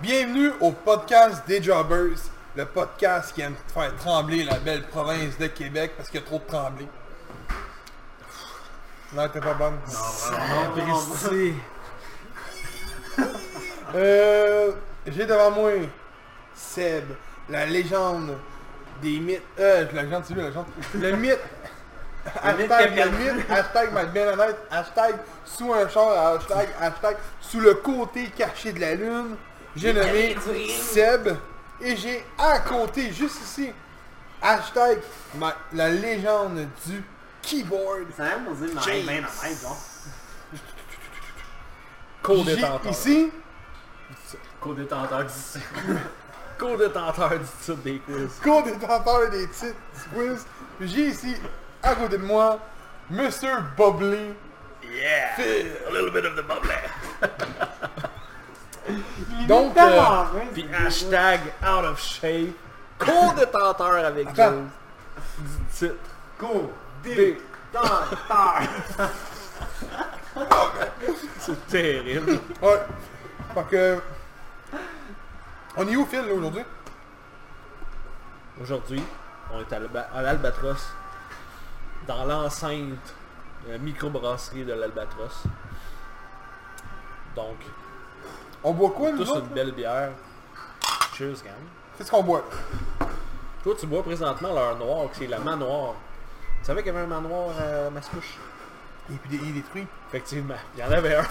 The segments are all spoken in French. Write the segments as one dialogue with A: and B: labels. A: Bienvenue au podcast des Jobbers, le podcast qui aime faire trembler la belle province de Québec parce qu'il y a trop de tremblés. Non, t'es pas bonne.
B: Christy.
A: Euh, j'ai devant moi Seb, la légende des mythes. Euh, la légende, c'est lui, la légende. Le mythe. hashtag
B: Kevin.
A: le mythe, hashtag McBenhonnête, hashtag sous un char, hashtag, hashtag sous le côté caché de la lune. J'ai nommé
B: du ring.
A: Seb et j'ai à côté, juste ici, hashtag ma- la légende du keyboard.
B: Ça va me dire, mais
A: Jeez.
B: ben, non, hey, bon.
A: J'ai
C: Co-détenteur.
A: Ici,
C: Co-détenteur du titre. Co-détenteur du titre des quiz.
A: co-détenteur des titres du quiz. J'ai ici, à côté de moi, Monsieur Bobley.
C: Yeah! A little bit of the bubble.
A: Donc,
B: Tellement
A: euh,
B: vrai,
C: Puis
B: c'est
C: uh, hashtag out of shape. Co-détenteur avec
A: Attends.
C: Joe. Du titre.
B: Go,
C: Des-
B: dé, dans, tar.
C: C'est terrible.
A: ouais. Fait que... On est où, Phil, là, aujourd'hui?
C: Aujourd'hui, on est à l'Alba- à l'Albatros. Dans l'enceinte de la microbrasserie de l'Albatros. Donc,
A: On boit quoi, nous
C: tous
A: autres?
C: une belle bière. Cheers, gang.
A: Qu'est-ce qu'on boit?
C: Toi, tu bois présentement leur noir, qui est la manoir. Tu savais qu'il y avait un manoir à Mascouche?
A: Et puis, il est détruit.
C: Effectivement, il y en avait un.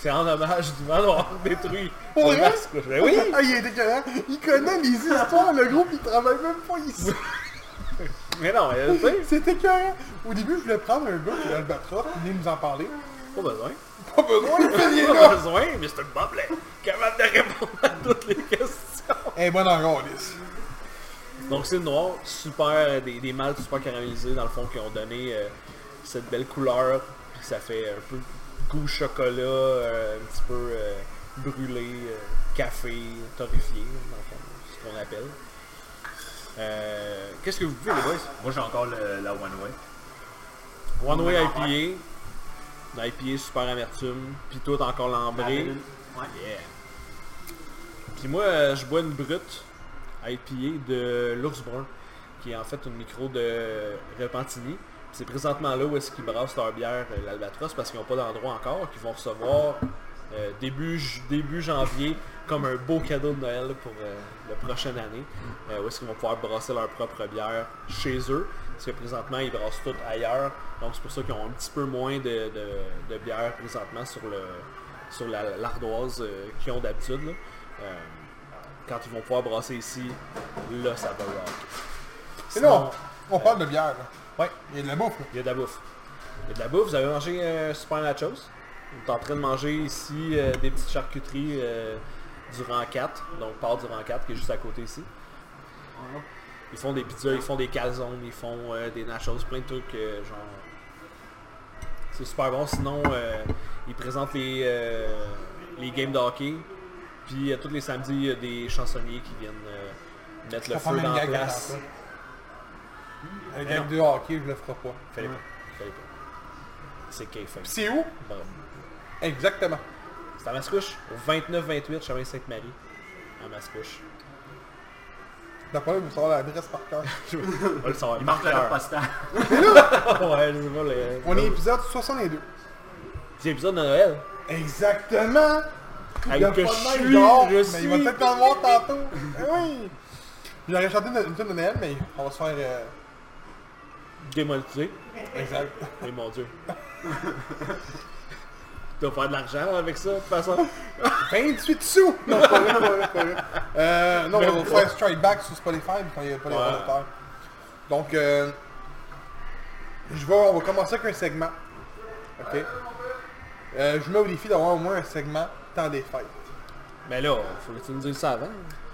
C: C'est en hommage du manoir détruit.
A: Pour
C: de
A: vrai?
C: Mascouche. Ben oui!
A: Ah, il est décœurant. Il connaît les histoires, le groupe, il travaille même pas ici.
C: Mais non, mais tu sais,
A: C'est écœurant. Au début, je voulais prendre un gars qui est albatros, il venait nous en parler.
C: pas besoin.
A: Pas besoin, il est
C: Pas
A: là.
C: besoin, Mr. Boblet, capable de répondre à toutes les questions.
A: Eh, bon, encore, Alice.
C: Donc c'est noir, super, euh, des, des maltes super caramélisés dans le fond qui ont donné euh, cette belle couleur. Puis ça fait un peu goût chocolat, euh, un petit peu euh, brûlé, euh, café, torréfié, dans le fond, c'est ce qu'on appelle. Euh, Qu'est-ce que vous buvez les boys?
D: Moi j'ai encore le- la One Way.
C: One Way
B: Ouais.
C: IPA. IPA super amertume. Puis tout encore
B: Ouais.
C: lambré. Yeah. Puis moi, euh, je bois une brute IPA de l'ours brun, qui est en fait une micro de Repentini. Puis C'est présentement là où est-ce qu'ils brassent leur bière, euh, l'Albatros, parce qu'ils n'ont pas d'endroit encore, qu'ils vont recevoir euh, début, ju- début janvier comme un beau cadeau de Noël pour euh, la prochaine année, euh, où est-ce qu'ils vont pouvoir brasser leur propre bière chez eux. Parce que présentement, ils brassent tout ailleurs, donc c'est pour ça qu'ils ont un petit peu moins de, de- de bière présentement sur le, sur la- l'ardoise euh, qu'ils ont d'habitude. là. Euh, quand ils vont pouvoir brasser ici, là, ça va rock.
A: C'est là,
C: Sinon,
A: on, on parle de bière. Là.
C: Ouais,
A: Il y a de la bouffe. Là.
C: il y a de la bouffe. Il y a de la bouffe. Vous avez mangé euh, super nachos. On est en train de manger ici euh, des petites charcuteries euh, du rang 4, donc part du rang 4 qui est juste à côté ici. Ils font des pizzas, ils font des calzones, ils font euh, des nachos, plein de trucs euh, genre. C'est super bon. Sinon, euh, ils présentent les, euh, les games de hockey. Puis euh, tous les samedis, il y a des chansonniers qui viennent euh, mettre le
A: Ça prend
C: feu
A: même Mmh.
C: dans la
A: gag à
C: place.
A: faire ça. Un gag de hockey, je le ferai pas.
C: Fallait pas. Fallait pas. C'est K-Fame.
A: Pis c'est où Exactement.
C: C'est à Mascouche, au 29-28 chemin Sainte-Marie, à Mascouche.
A: T'as pas l'air de me savoir l'adresse par cœur.
C: On va le savoir.
D: Il manque le
C: Marqueur.
D: leur postal.
C: Ouais, je sais pas, le-
A: On est épisode 62.
C: C'est l'épisode de Noël.
A: Exactement
C: Hey,
A: Il y a pas
C: que je
A: de neige
C: suis,
A: dehors,
C: je
A: mais
C: suis.
A: il va peut-être en voir tantôt. Eh oui J'aurais chanté une, une tune de Noël, mais on va se faire... euh,
C: Démonétisé.
A: Exact.
C: Eh mon dieu. T'as faire de l'argent avec ça, de toute façon.
A: 28 sous Non, pas vrai, pas vrai, pas vrai. Euh, non, on va faire straight back sur Spotify quand il n'y a pas les
C: Ouais.
A: droits d'auteur. Donc, euh, je vais, on va commencer avec un segment. Ok. Euh, je mets au défi d'avoir au moins un segment temps des fêtes.
C: Mais là, faut que tu nous dises ça avant.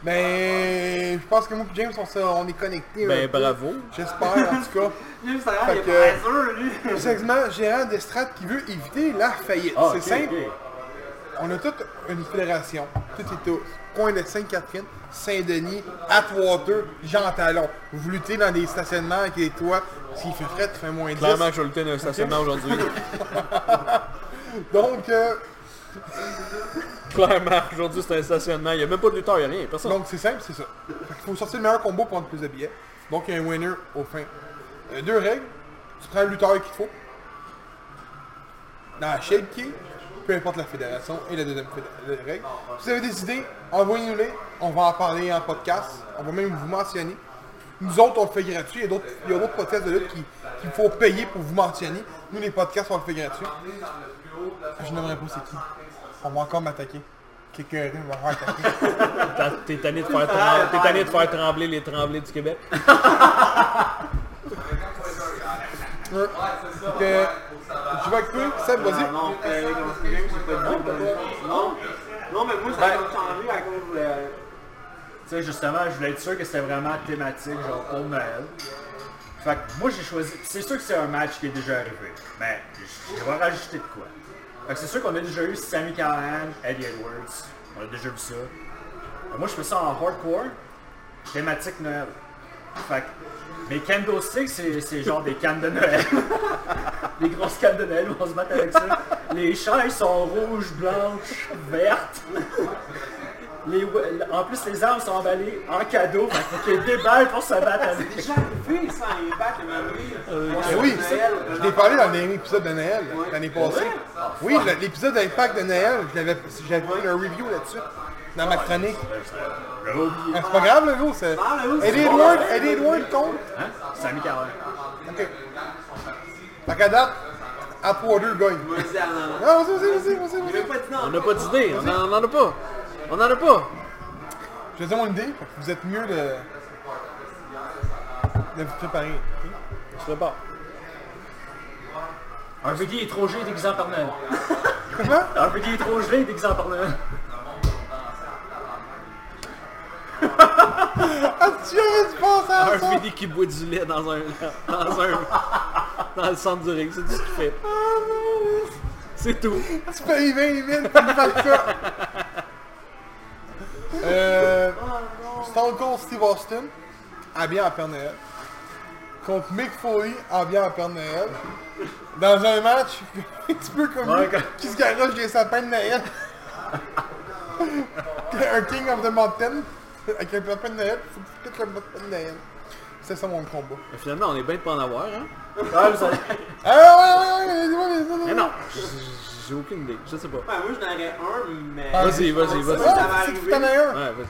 A: Mais je pense que moi et James, on, se- on est connectés. un
C: Ben
A: peu.
C: bravo.
A: J'espère, en tout cas.
B: Lui, ça
D: euh,
B: a l'air, Ah, il
A: Fait
B: est
A: que-
B: paresseux, lui.
A: Le segment gérant d'estrade qui veut éviter la faillite.
D: Ah,
A: C'est
D: ok,
A: simple.
D: ok.
A: On a toute une fédération, tout et tous. Coin de Sainte-Catherine, Saint-Denis, Atwater, Jean Talon. Vous luttez dans des stationnements avec les toits, s'il fait frais, il fait moins 10.
C: Clairement que je vais lutter dans un stationnement aujourd'hui.
A: Donc, euh,
C: Clairement, aujourd'hui c'est un stationnement. Il n'y a même pas de lutteur, il n'y a rien, il y a personne.
A: Donc c'est simple, c'est ça. Il faut sortir le meilleur combo pour prendre plus de billets. Donc il y a un winner au fin. Euh, deux règles. Tu prends le lutteur qu'il te faut. Dans la shape key, peu importe la fédération et la deuxième fédé- la règle. Si vous avez des idées, envoyez-nous-les. On va en parler en podcast. On va même vous mentionner. Nous autres, on le fait gratuit. Il y a d'autres- il y a d'autres podcasts de lutte qui- qu'il faut payer pour vous mentionner. Nous, les podcasts, on le fait gratuit. Je n'aimerais pas c'est qui. On va encore m'attaquer. Quelqu'un arrive, on va encore attaquer.
C: T'as- T'es tanné, de faire trem- t'es tanné de faire trembler les tremblés du Québec.
A: Ouais. Fait que, je vais avec toi, Seb, vas-y.
B: Ah non, euh, comment c'est que j'ai pas de nom, ben, Non, non, mais moi, ça
D: Ben-
B: m'a changé à cause de la-
D: euh, Tu sais, justement, je voulais être sûr que c'était vraiment thématique, genre pour Noël. Fait que moi, j'ai choisi... C'est sûr que c'est un match qui est déjà arrivé, mais je- je vais rajouter de quoi. Fait que c'est sûr qu'on a déjà eu Sammy Callahan, Eddie Edwards. On a déjà vu ça. Mais moi, je fais ça en hardcore, thématique Noël. Fait que mes candle sticks, c'est, c'est genre des cannes de Noël. des grosses cannes de Noël, on se battre avec ça. Les chaises sont rouges, blanches, vertes. Les we- en plus, les armes sont emballées en cadeau. Fait qu'il faut qu'il y ait des balles pour se battre avec.
B: J'ai déjà vu ça, il bat le même
C: Euh,
B: rire.
A: Ben oui, je l'ai parlé dans l'épisode de Noël, l'année passée. Oui, le- l'épisode d'impact de Noël, je l'avais- j'avais fait un review là-dessus, dans ma chronique.
D: J'avais oublié.
A: Ah, C'est pas grave, le gros, c'est...
B: Ah, le gros, c'est
A: Eddie
B: bon,
A: Edward,
B: hein.
A: Eddie Edward compte.
D: Hein? Sammy Callahan.
A: Ok. Fait qu'à date, Atwater gagne.
B: Vas-y, Arnaud.
A: Non, vas-y, vas-y, vas-y, vas-y,
B: Je
A: vas-y.
B: veux pas de
C: On
B: nom.
C: n'a pas d'idée, on n'en a pas. On n'en a pas.
A: Je vais dire mon idée, fait que vous êtes mieux de... de vous préparer. ok?
C: Je sais pas.
D: Un Vicky est trop gelé déguisant par Noël.
A: Comment?
D: Un Vicky est trop gelé déguisant par Noël.
A: Ah, tu aurais dû penser à
C: Un
A: ça!
C: Philly qui boit du lait dans un... dans un... dans le centre du ring, c'est tout ce qu'il fait. C'est tout.
A: Tu peux y venir, vite, tu me fais ça. Euh, Stone Cold Steve Austin, habillé en Père Noël. Contre Mick Foley, habillé en Père Noël. Dans un match, un petit peu comme
D: Ouais,
A: lui,
D: quand-
A: qui se garoche des sapins de Noël. un King of the Mountain, avec un sapin de Noël, faut que tu pètes le sapin de Noël. C'est ça mon combat.
C: Mais finalement, on est bien de pas en avoir, hein.
D: Ah, vous savez.
A: Ah ouais, ouais, ouais, ouais, ouais, ouais, ouais.
C: Mais non, j- j- j'ai aucune idée, je sais pas.
B: Ouais, moi, j'en aurais un, mais...
C: Vas-y, vas-y,
B: Ça,
C: vas-y.
B: ça va
A: Ah, c'est que
B: arriver.
A: t'en as un.
C: Ouais, vas-y.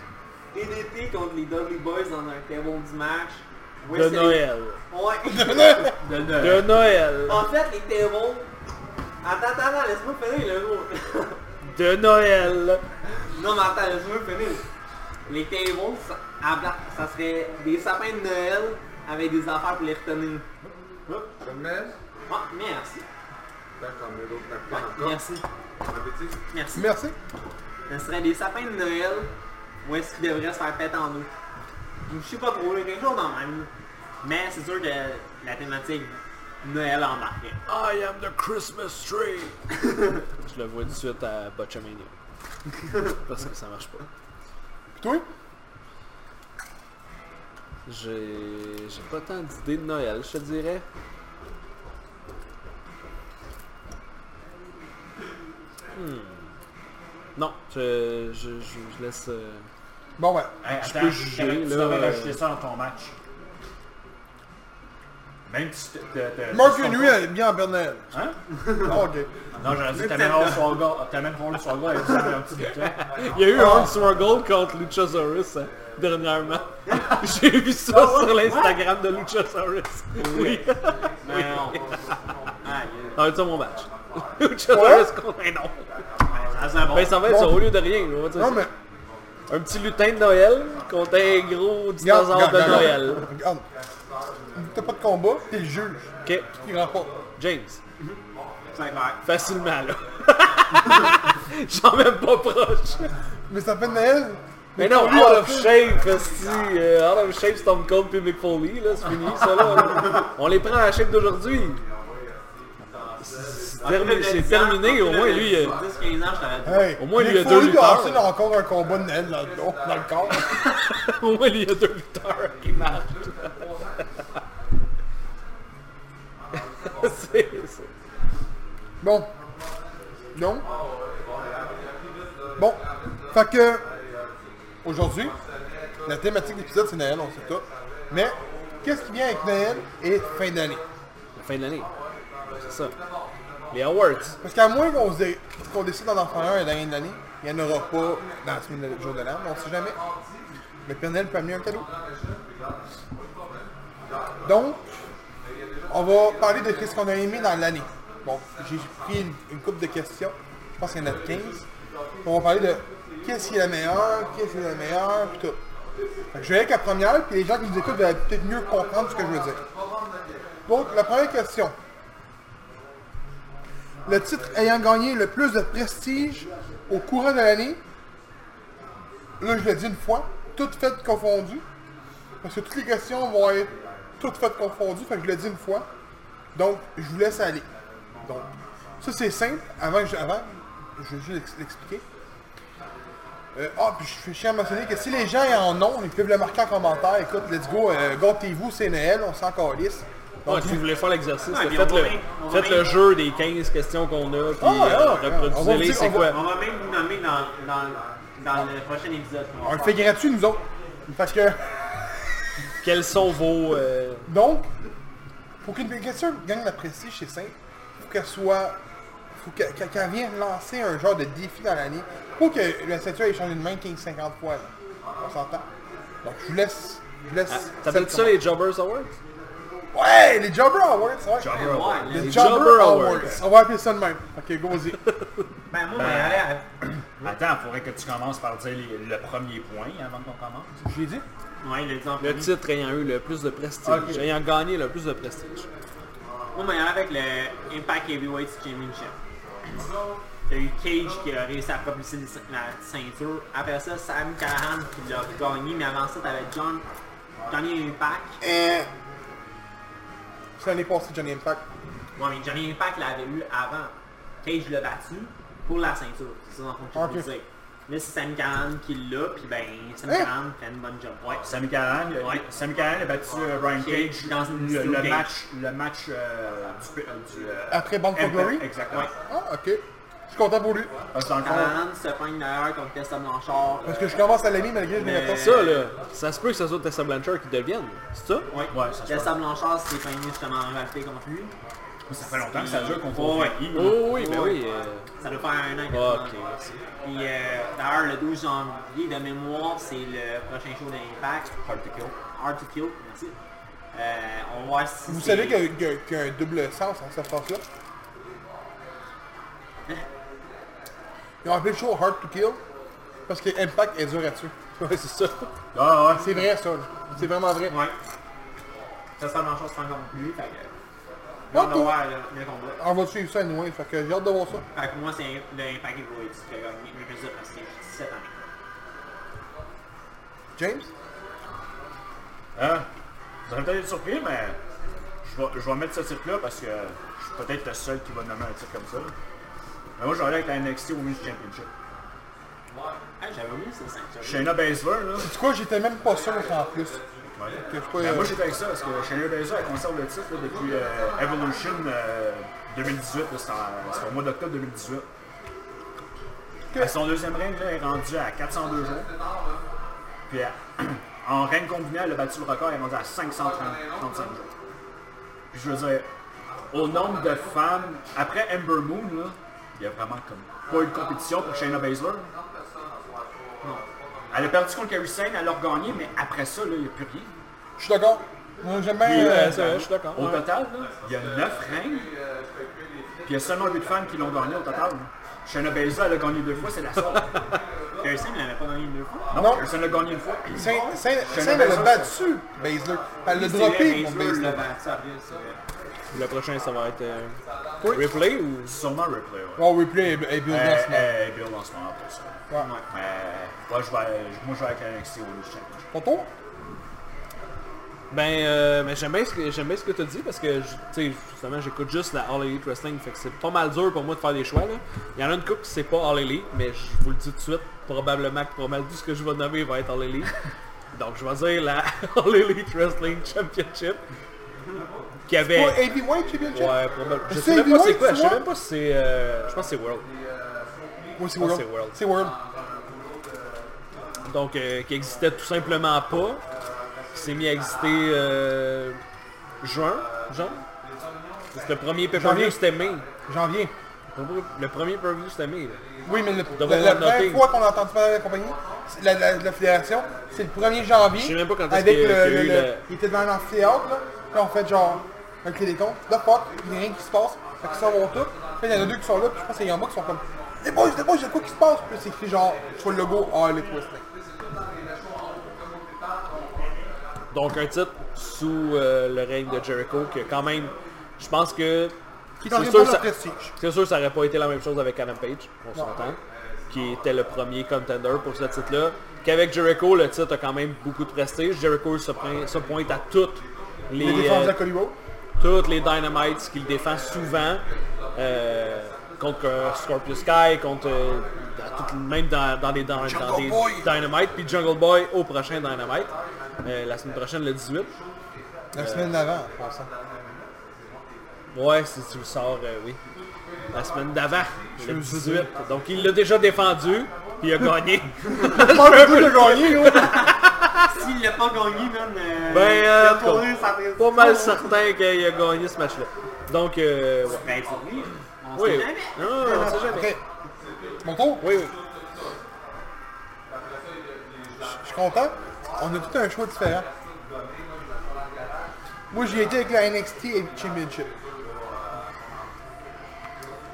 B: DDT contre les Dudley Boys dans un très bon dimanche. Ouais,
C: De
B: c'est-
C: Noël.
B: Ouais.
D: De Noël.
C: De Noël.
B: En fait, les Théron... Attends, attends, attends, laisse-moi finir le mot.
C: De Noël.
B: Non, mais attends, laisse-moi finir. Les Théron, ça, à blanc, ça serait des sapins de Noël avec des affaires pour les retenir. Ah, merci. Ah. Merci. Merci.
A: Merci.
B: Ce serait des sapins de Noël où est-ce qu'ils devraient se faire péter en deux. Je sais pas trop, là, quelque chose dans le même. Mais c'est sûr que la thématique Noël embarquait.
C: I am the Christmas tree. je le vois tout de suite à Botchamania. Parce que ça marche pas.
A: Puis toi?
C: J'ai j'ai pas tant d'idées de Noël, je te dirais. Hmm. Non, je, je, je, je laisse... euh,
A: Bon ouais.
D: Hey,
C: Je
D: attends,
C: peux juger,
D: Kevin,
C: là,
D: Tu devrais
C: euh,
D: rajouter ça dans ton match. Même si tu te- te- te-
A: Marc
D: tu
A: et
D: t'en
A: lui,
D: fous.
A: elle est bien en Père Noël.
D: Hein?
A: Ah, ok.
D: Non, j'aurais dit t'amènes Hall Swarga. T'amènes Hall Swarga avec un petit bouton.
C: Il y a eu un Swirgle contre Luchasaurus hein, dernièrement. J'ai vu ça sur l'Instagram de Luchasaurus. Oui.
B: Mais non. Ah,
C: Ah, c'est ça mon match. Luchasaurus contre... Mais non.
B: ça sent bon.
C: Ben ça va être ça, au lieu de rien. on va dire
A: Non
C: ça.
A: mais.
C: Un petit lutin de Noël contre un gros
A: Regarde,
C: dinosaure de Noël.
A: Regarde. T'as pas de combat, t'es le juge.
C: Ok,
A: Il remporte.
C: James.
B: C'est clair.
C: Facilement là. J'en même pas proche.
A: Mais ça fait de Noël.
C: Mais non,
A: lui,
C: out
A: en
C: of
A: fait.
C: shape, esti, euh, out of shape Stone Cold puis Mick Foley, là, c'est fini, ça là. On les prend à la shape d'aujourd'hui. C'est terminé, c'est terminé, au moins lui. euh,
B: 10-15 ans, je t'avais dit.
A: Hey,
C: Au moins,
A: Mick
C: il y a
A: Foley
C: deux
A: puis
C: lutteurs.
A: Austin a encore un combat de Noël dans le, dans le corps.
C: au moins il y a deux lutteurs qui marchent. c'est c'est-
A: bon. Non. Bon, fait que aujourd'hui, la thématique de l'épisode c'est Noël, on sait tout. Mais qu'est-ce qui vient avec Noël et fin d'année?
C: La fin de l'année. C'est ça. Les awards.
A: Parce qu'à moins qu'on se dé- qu'on décide d'en faire un à la dernière de l'année, il n'y en aura pas dans la semaine de- jour de l'an, mais on ne sait jamais. Mais Père Noël peut amener un cadeau. Donc, on va parler de ce qu'on a aimé dans l'année. Bon, j'ai pris une, une couple de questions. Je pense qu'il y en a 15. On va parler de qu'est-ce qui est la meilleure, qu'est-ce qui est la meilleure, puis tout. Fait que je vais avec la première, puis les gens qui nous écoutent vont peut-être mieux comprendre ce que je veux dire. Donc, la première question. Le titre ayant gagné le plus de prestige au courant de l'année, là je l'ai dit une fois, toutes fêtes confondues, parce que toutes les questions vont être toutes faites confondues, fait que je l'ai dit une fois. Donc, je vous laisse aller. Donc, ça c'est simple, avant, que je, avant, je vais juste l'ex- l'expliquer. Euh, ah, puis je suis chiant à mentionner que si les gens en ont, ils peuvent le marquer en commentaire. Écoute, let's go, euh, gâtez-vous, c'est Noël, on s'en calisse. Donc,
C: Ouais, si vous voulez faire l'exercice,
B: Ouais,
C: là,
B: puis
C: faites,
B: on va
C: le,
B: bien- on va
C: faites le
B: bien-
C: jeu des 15 questions qu'on a, puis
A: Ah, ouais,
C: euh,
A: ouais, ouais. On va
C: reproduisez-les,
A: dire-
C: c'est
A: on va-
C: quoi.
B: On va même vous nommer dans, dans, dans le prochain épisode. qu'on va
A: on le
B: faire.
A: fait gratuit nous autres. Parce que...
C: Quels sont vos... euh,
A: Donc, pour qu'une question gagne la prestige, c'est simple. Faut qu'elle soit. Faut qu'elle qu'elle- qu'elle vienne lancer un genre de défi dans l'année. Faut que la ceinture ait changé de main 15-50 fois. là. On s'entend. Donc je vous laisse. Je vous laisse.
C: T'appelles ça les Jobbers Awards?
A: Ouais, les Jobber Awards, ouais.
D: Jobber
B: Ouais,
D: Awards.
B: le-
A: Les,
C: les
A: Jobber,
C: Jobber
A: Awards.
C: Awards.
A: On va appeler ça de même. Ok, go-y.
B: Ben moi, ben, allez, allez.
D: Attends, faudrait que tu commences par dire les- le premier point avant qu'on commence.
A: je l'ai dit.
B: Ouais, il a dit en
C: Le
B: premier.
C: titre ayant eu le plus de prestige,
D: Ok.
C: ayant gagné le plus de prestige.
B: Moi, meilleur avec le Impact Heavyweight Championship. T'as eu Cage qui a réussi à propulser le- la ceinture. Après ça, Sam Callahan qui l'a gagné, mais avant ça, t'avais John, Johnny Impact.
A: Et... Euh, C'est l'année passée, Johnny Impact.
B: Ouais, mais Johnny Impact l'avait eu avant. Cage l'a battu pour la ceinture. C'est ça, dans le fond, que je
A: Ok.
B: veux dire. Là, c'est Sam Callahan qui l'a, puis ben, Sam
A: Hein?
B: Callahan fait une bonne job. Ouais,
D: Sammy Callahan, il-
B: Ouais.
D: Sami Callihan a battu euh, Brian
B: Cage
D: Cage
B: dans une
D: le,
B: steel
D: le
B: cage.
D: match, le match euh, du... euh, du, euh,
A: Après Bound for
D: Impact,
A: Ah, Glory?
D: Exactement.
B: Ouais. Ah.
A: Ah, ok. Je suis content pour lui.
D: Parce que dans le fond,
B: Callahan se pogne d'ailleurs contre Tessa Blanchard.
A: Ah Parce que je commence à l'aimer malgré que je
B: Mais-
A: m'attends.
C: Ça, là, ça se peut que ce soit Tessa Blanchard qui devienne, c'est ça?
B: Ouais,
D: Ouais, ça se
B: Tessa Blanchard s'est pognée justement en rivalité contre lui.
D: ça fait longtemps que ça dure qu'on
B: Ouais.
C: Oh oui, ben oui. euh,
B: Ça doit faire un an.
C: Ok,
B: quasiment.
C: merci.
B: Puis euh, d'ailleurs, le 12 janvier de mémoire, c'est le prochain show d'Impact,
D: Hard to kill.
B: Hard to Kill, merci. Euh, on va voir si
A: Vous
B: c'est-
A: savez qu'il y a- qu'il y, a- qu'il y a un double sens en cette phrase-là? Ils ont appelé le show Hard to Kill parce que Impact est dur à tuer.
C: Ouais, c'est ça.
D: Ah ouais.
A: C'est vrai ça, là. c'est vraiment vrai.
B: Ouais. Tessa Blanchard se pogne contre lui, fait que... On va
A: Ok.
B: voir le, le combat.
A: On va suivre ça anyway, fait que j'ai hâte de voir ça.
B: Fait que moi, c'est le Impact Heavyweight qui a gagné le plus de prestige cette année.
A: James?
D: Hein? Vous allez peut-être être surpris, mais je vais, je vais mettre ce titre-là parce que je suis peut-être le seul qui va nommer un titre comme ça. Mais moi, j'aurais avec la NXT Women's Championship.
B: Ah, j'avais oublié ça, ceinture.
D: Shayna Baszler, là.
A: C'est quoi, j'étais même pas sûr en plus. Que je
D: Ouais.
A: sois,
D: Ben,
A: euh,
D: moi, j'étais avec ça parce que Shayna Baszler, elle conserve le titre là, depuis euh, Evolution euh, 2018. là, C'est en- c'est au mois d'octobre 2018. À Ben, son deuxième règne, là, elle est rendue à 402 jours. Puis elle- en règne combiné, elle a battu le record, elle est rendue à 535 jours. Puis je veux dire, au nombre de femmes, après Ember Moon, là, il y a vraiment comme pas eu de compétition pour Shayna Baszler.
B: Non.
D: Elle a perdu contre Kerry Sane, elle a regagné, mais après ça, là, il n'y a plus rien.
A: Je suis d'accord. Moi, J'aime bien...
D: Puis,
A: euh,
D: euh,
C: c'est vrai, je suis d'accord,
D: Au
C: ouais.
D: total, là, il y a 9 règnes, puis il y a seulement 8 femmes qui l'ont gagné au total. là. Shayna Baszler, elle a gagné deux fois, c'est la seule.
B: Kirsten, elle n'avait pas gagné deux fois.
A: Non.
D: non, Kerry Sane l'a gagné une fois.
A: Saint- Saint-
D: Shayna
A: Saint, elle l'a
D: Baszler,
A: battu, Baszler. Elle l'a
B: C'est vrai,
A: droppé, mon
B: Baszler l'a
A: Baszler.
B: battu après, c'est vrai.
C: Le prochain, ça va être euh,
A: Oui.
C: Ripley ou...
D: Sûrement replay, ouais.
A: Oh, replay est build
D: Euh,
A: en ce moment.
D: euh, Bill en ce moment pour ça.
A: Ouais.
D: Mais moi, je vais, moi, je vais avec la NXT Women's Championship.
A: Ton tour?
C: Ben, euh, mais j'aime bien ce que j'aime bien ce que t'as dit parce que, je- tu sais, justement, j'écoute juste la All Elite Wrestling, fait que c'est pas mal dur pour moi de faire des choix, là. Il y en a une couple qui c'est pas All Elite, mais je vous le dis tout de suite, probablement que pas mal tout ce que je vais nommer va être All Elite. Donc, je vais dire la All Elite Wrestling Championship qui avait...
A: Toi, AB White Championship?
C: Ouais, probablement. Je
A: C'est
C: sais même pas
A: Heavyweight,
C: c'est quoi,
A: tu
C: je sais
A: vois?
C: même pas si c'est... euh, je pense que c'est World.
A: Oui, c'est
C: pense
A: World.
C: que c'est Ah. World.
A: C'est World.
C: donc euh, qui existait tout simplement pas, qui s'est mis à exister euh, juin, genre. Parce que Le premier pay-per-view
A: Janvier.
C: c'était mai.
A: Janvier.
C: Le premier pay-per-view c'était mai. là.
A: Oui, mais le-
C: devrait
A: la, la
C: le noter.
A: première fois qu'on a entendu parler de la compagnie, c'est la, la- la fédération, c'est le 1er janvier.
C: Je sais même pas quand est-ce
A: Avec
C: qu'il y a-
A: le,
C: qu'il y a
A: le-
C: eu
A: le-
C: le-
A: Il était devant l'amphithéâtre, là. Puis on fait genre, avec les décomptes, là, fuck, il n'y a rien qui se passe. Fait qu'ils s'en vont tous. Puis il y en a deux qui sont là, puis je pense qu'il y en a qui sont comme, les boys, les boys, il y a quoi qui se passe? Puis c'est écrit genre, je vois le logo, ah, les Wrestling.
C: Donc un titre sous euh, le règne de Jericho que quand même, je pense que
A: Qui t'en
C: c'est
A: pas
C: sûr,
A: le
C: ça-
A: prestige.
C: c'est sûr ça aurait pas été la même chose avec Adam Page, on s'entend, qui était le premier contender pour ce titre-là. Qu'avec Jericho, le titre a quand même beaucoup de prestige. Jericho se, prend- se pointe à toutes les,
A: Les défenses
C: euh,
A: de la Cody Road.
C: toutes les Dynamites qu'il défend souvent euh, contre euh, Scorpio Sky, contre euh, dans tout- même dans, dans des, dans, dans des
A: Boy.
C: Dynamite, puis Jungle Boy au prochain Dynamite, euh, la semaine prochaine le 18.
A: La semaine d'avant, en passant.
C: Ouais, si tu le sors, euh, oui. La semaine d'avant, le 18. Donc il l'a déjà défendu, puis il a gagné.
A: Je pense que tu l'as gagné, là.
B: S'il l'a pas gagné, man, euh,
C: ben, euh,
B: il a tourné sa
C: pas mal certain qu'il a gagné ce match-là. Donc, euh, ouais.
B: Ben, tourné, on
C: Oui,
B: sait
C: oui.
B: jamais.
C: Non, non, on sait jamais.
A: Ok. Mon tour?
C: Oui, oui.
A: Je suis content. On a tout un choix différent. Moi, j'y étais avec la NXT et Championship.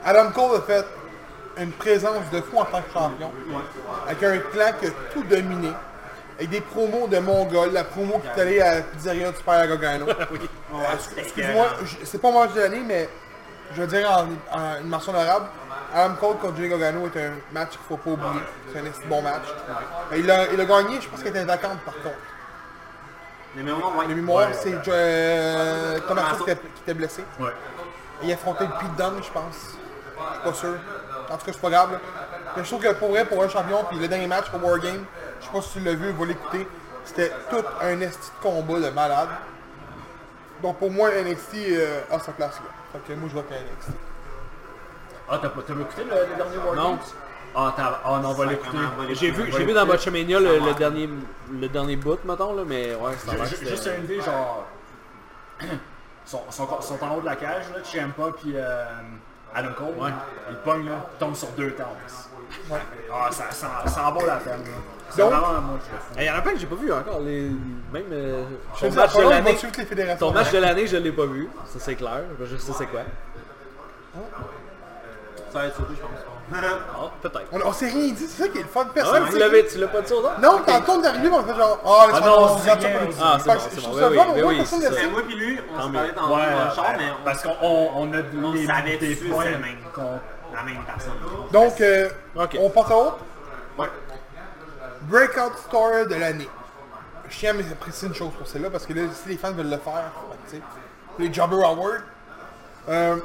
A: Adam Cole a fait une présence de fou en tant que champion. Avec un clan qui a tout dominé. Avec des promos de Mongol, la promo qui est allée à la pizzeria du père Gogano.
B: Ouais, c'était
A: Excuse-moi, je- c'est pas mon match de l'année, mais je veux dire en, en une mention arabe, Adam Cole contre Jay Gogano est un match qu'il faut pas oublier. C'est un esti bon match. Mais il, a, il a gagné, je pense qu'il était vacante par contre.
B: Le mémoire, ouais.
A: Le mémoire, c'est euh, Thomas qui était, qui était blessé.
D: Ouais.
A: Il a affronté le Pete Dunne, je pense. Je suis pas sûr. En tout cas, c'est pas grave. là. Mais je trouve que pour vrai, pour un champion, puis le dernier match pour Wargame, je sais pas si tu l'as vu, va l'écouter. C'était tout un esti de combat de malade. Donc pour moi, NXT euh, a sa place là. Fait que moi, je vois que NXT.
D: Ah, t'as pas t'as écouté le, le dernier War
C: Non.
D: Games? Ah, t'as- ah, non, on va l'écouter.
B: Sacrément, on va l'écouter.
C: J'ai vu, j'ai vu dans Botchamania le, le dernier, le dernier bout, mettons, là, mais ouais, c'est
D: Ju- ju- Juste une idée, genre... sont, sont, sont en haut de la cage, là, Ciampa puis euh, Adam Cole. Ouais. Ils pognent, là, ils tombent sur deux tasses.
A: Ouais.
D: Ah, ça, ça, ça en vaut la peine, là. C'est
A: Donc-
D: vraiment un match de fou.
C: Il y en a plein que j'ai pas vu encore, les... même euh,
A: Je
C: ton
A: veux dire,
C: match de
A: Apollo, il va
C: l'année.
A: suivre les fédérations.
C: Ton match de l'année, je l'ai pas vu, ça c'est clair, je sais c'est quoi.
B: Ça va être surtout, je pense.
C: Ah, peut-être.
A: On, on s'est rien dit, c'est ça qui est le fun.
C: Ah
A: Personne.
C: ouais,
A: ne
C: tu
A: sait.
C: l'avais, tu l'as pas dit au nom?
A: non, tantôt on est arrivé, mais on fait genre, ah, laisse
D: Ah
A: faire,
D: non,
A: on
D: c'est
A: regarde ça
D: rien,
A: pour les-
C: Ah, c'est
A: Fait
C: bon,
A: que je
C: c'est
A: trouve
C: bon,
A: ça
C: oui,
A: bon,
C: oui,
A: on
C: oui,
A: voit
C: oui,
A: personne
C: c'est
A: ne
C: ça.
A: sait.
B: Ben, moi pis lui, on se
C: mieux.
B: parlait dans
D: Ouais,
B: le char, mais on
D: parce qu'on on a
B: on
D: les-
B: savait
D: des
B: dessus,
D: points
B: c'est la même,
D: qu'on-
B: la même personne.
A: Donc, euh,
C: Ok.
A: on passe à autre.
B: Ouais.
A: Breakout Star de l'année. Je tiens à m'apprécier une chose pour celle-là parce que là, si les fans veulent le faire, faut que, tu sais, les Jobber Awards. Euh,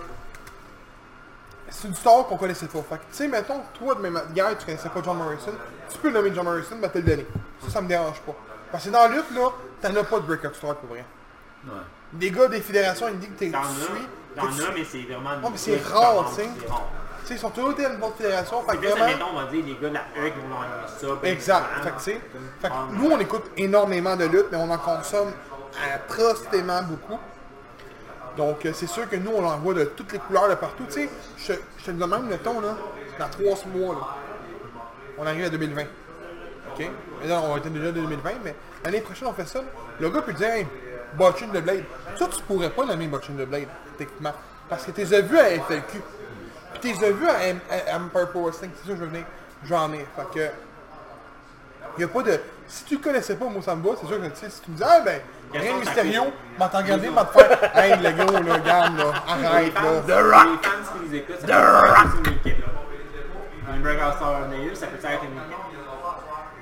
A: c'est une star qu'on connaissait pas. Fait que, tu sais, mettons, toi, de même hier, tu connaissais pas John Morrison, tu peux nommer John Morrison, mais t'as le donné. Ça, ça me dérange pas. Parce que dans la lutte, là, t'en as pas de Breakout Star pour rien.
D: Ouais.
A: Les gars des fédérations, ils me disent que t'es-
B: T'en
A: tu suis.
B: as,
A: que tu
B: t'en as,
A: suis.
B: mais c'est vraiment...
A: Ouais, mais c'est
B: c'est
A: rare, tu
B: c'est
A: sais.
B: rare.
A: Tu sais, ils sont toujours dans une bonne fédération. Fait que
B: Là, ça,
A: vraiment...
B: mettons, on va dire les gars de la E qui vont enlever ça. ben,
A: Exact.
B: ben,
A: Fait que, tu sais, fait que
B: Ah,
A: nous, on écoute énormément de lutte, mais on en consomme atrocement beaucoup. Donc, euh, c'est sûr que nous, on en voit de toutes les couleurs de partout. Tu sais, je, je te le demande, mettons, là, dans trois mois, là, on arrive à 2020. OK? Mais là, on était déjà en 2020, mais l'année prochaine, on fait ça. là. Le gars peut dire, hey, Botchin de Blade. Ça, tu pourrais pas nommer Botchin de Blade, techniquement. Parce que t'es vu à FLQ. Puis t'es vu à, M- à, à Empire Pro Wrestling. C'est ça que je veux venir. J'en ai. Fait que. Il a pas de. Si tu le connaissais pas, moi ça me va, c'est sûr que tu sais, si tu me dis, ah ben, rien
B: Gaston,
A: de
B: t'as
A: mystérieux,
B: fait-
A: m'entends regarder, m'entends faire, hey le gros, là, garde, là,
B: Les
A: arrête,
B: fans,
A: là.
B: les fans qui nous écoutent, ça peut être une équipe. Un breakout star of the year, ça peut être une équipe.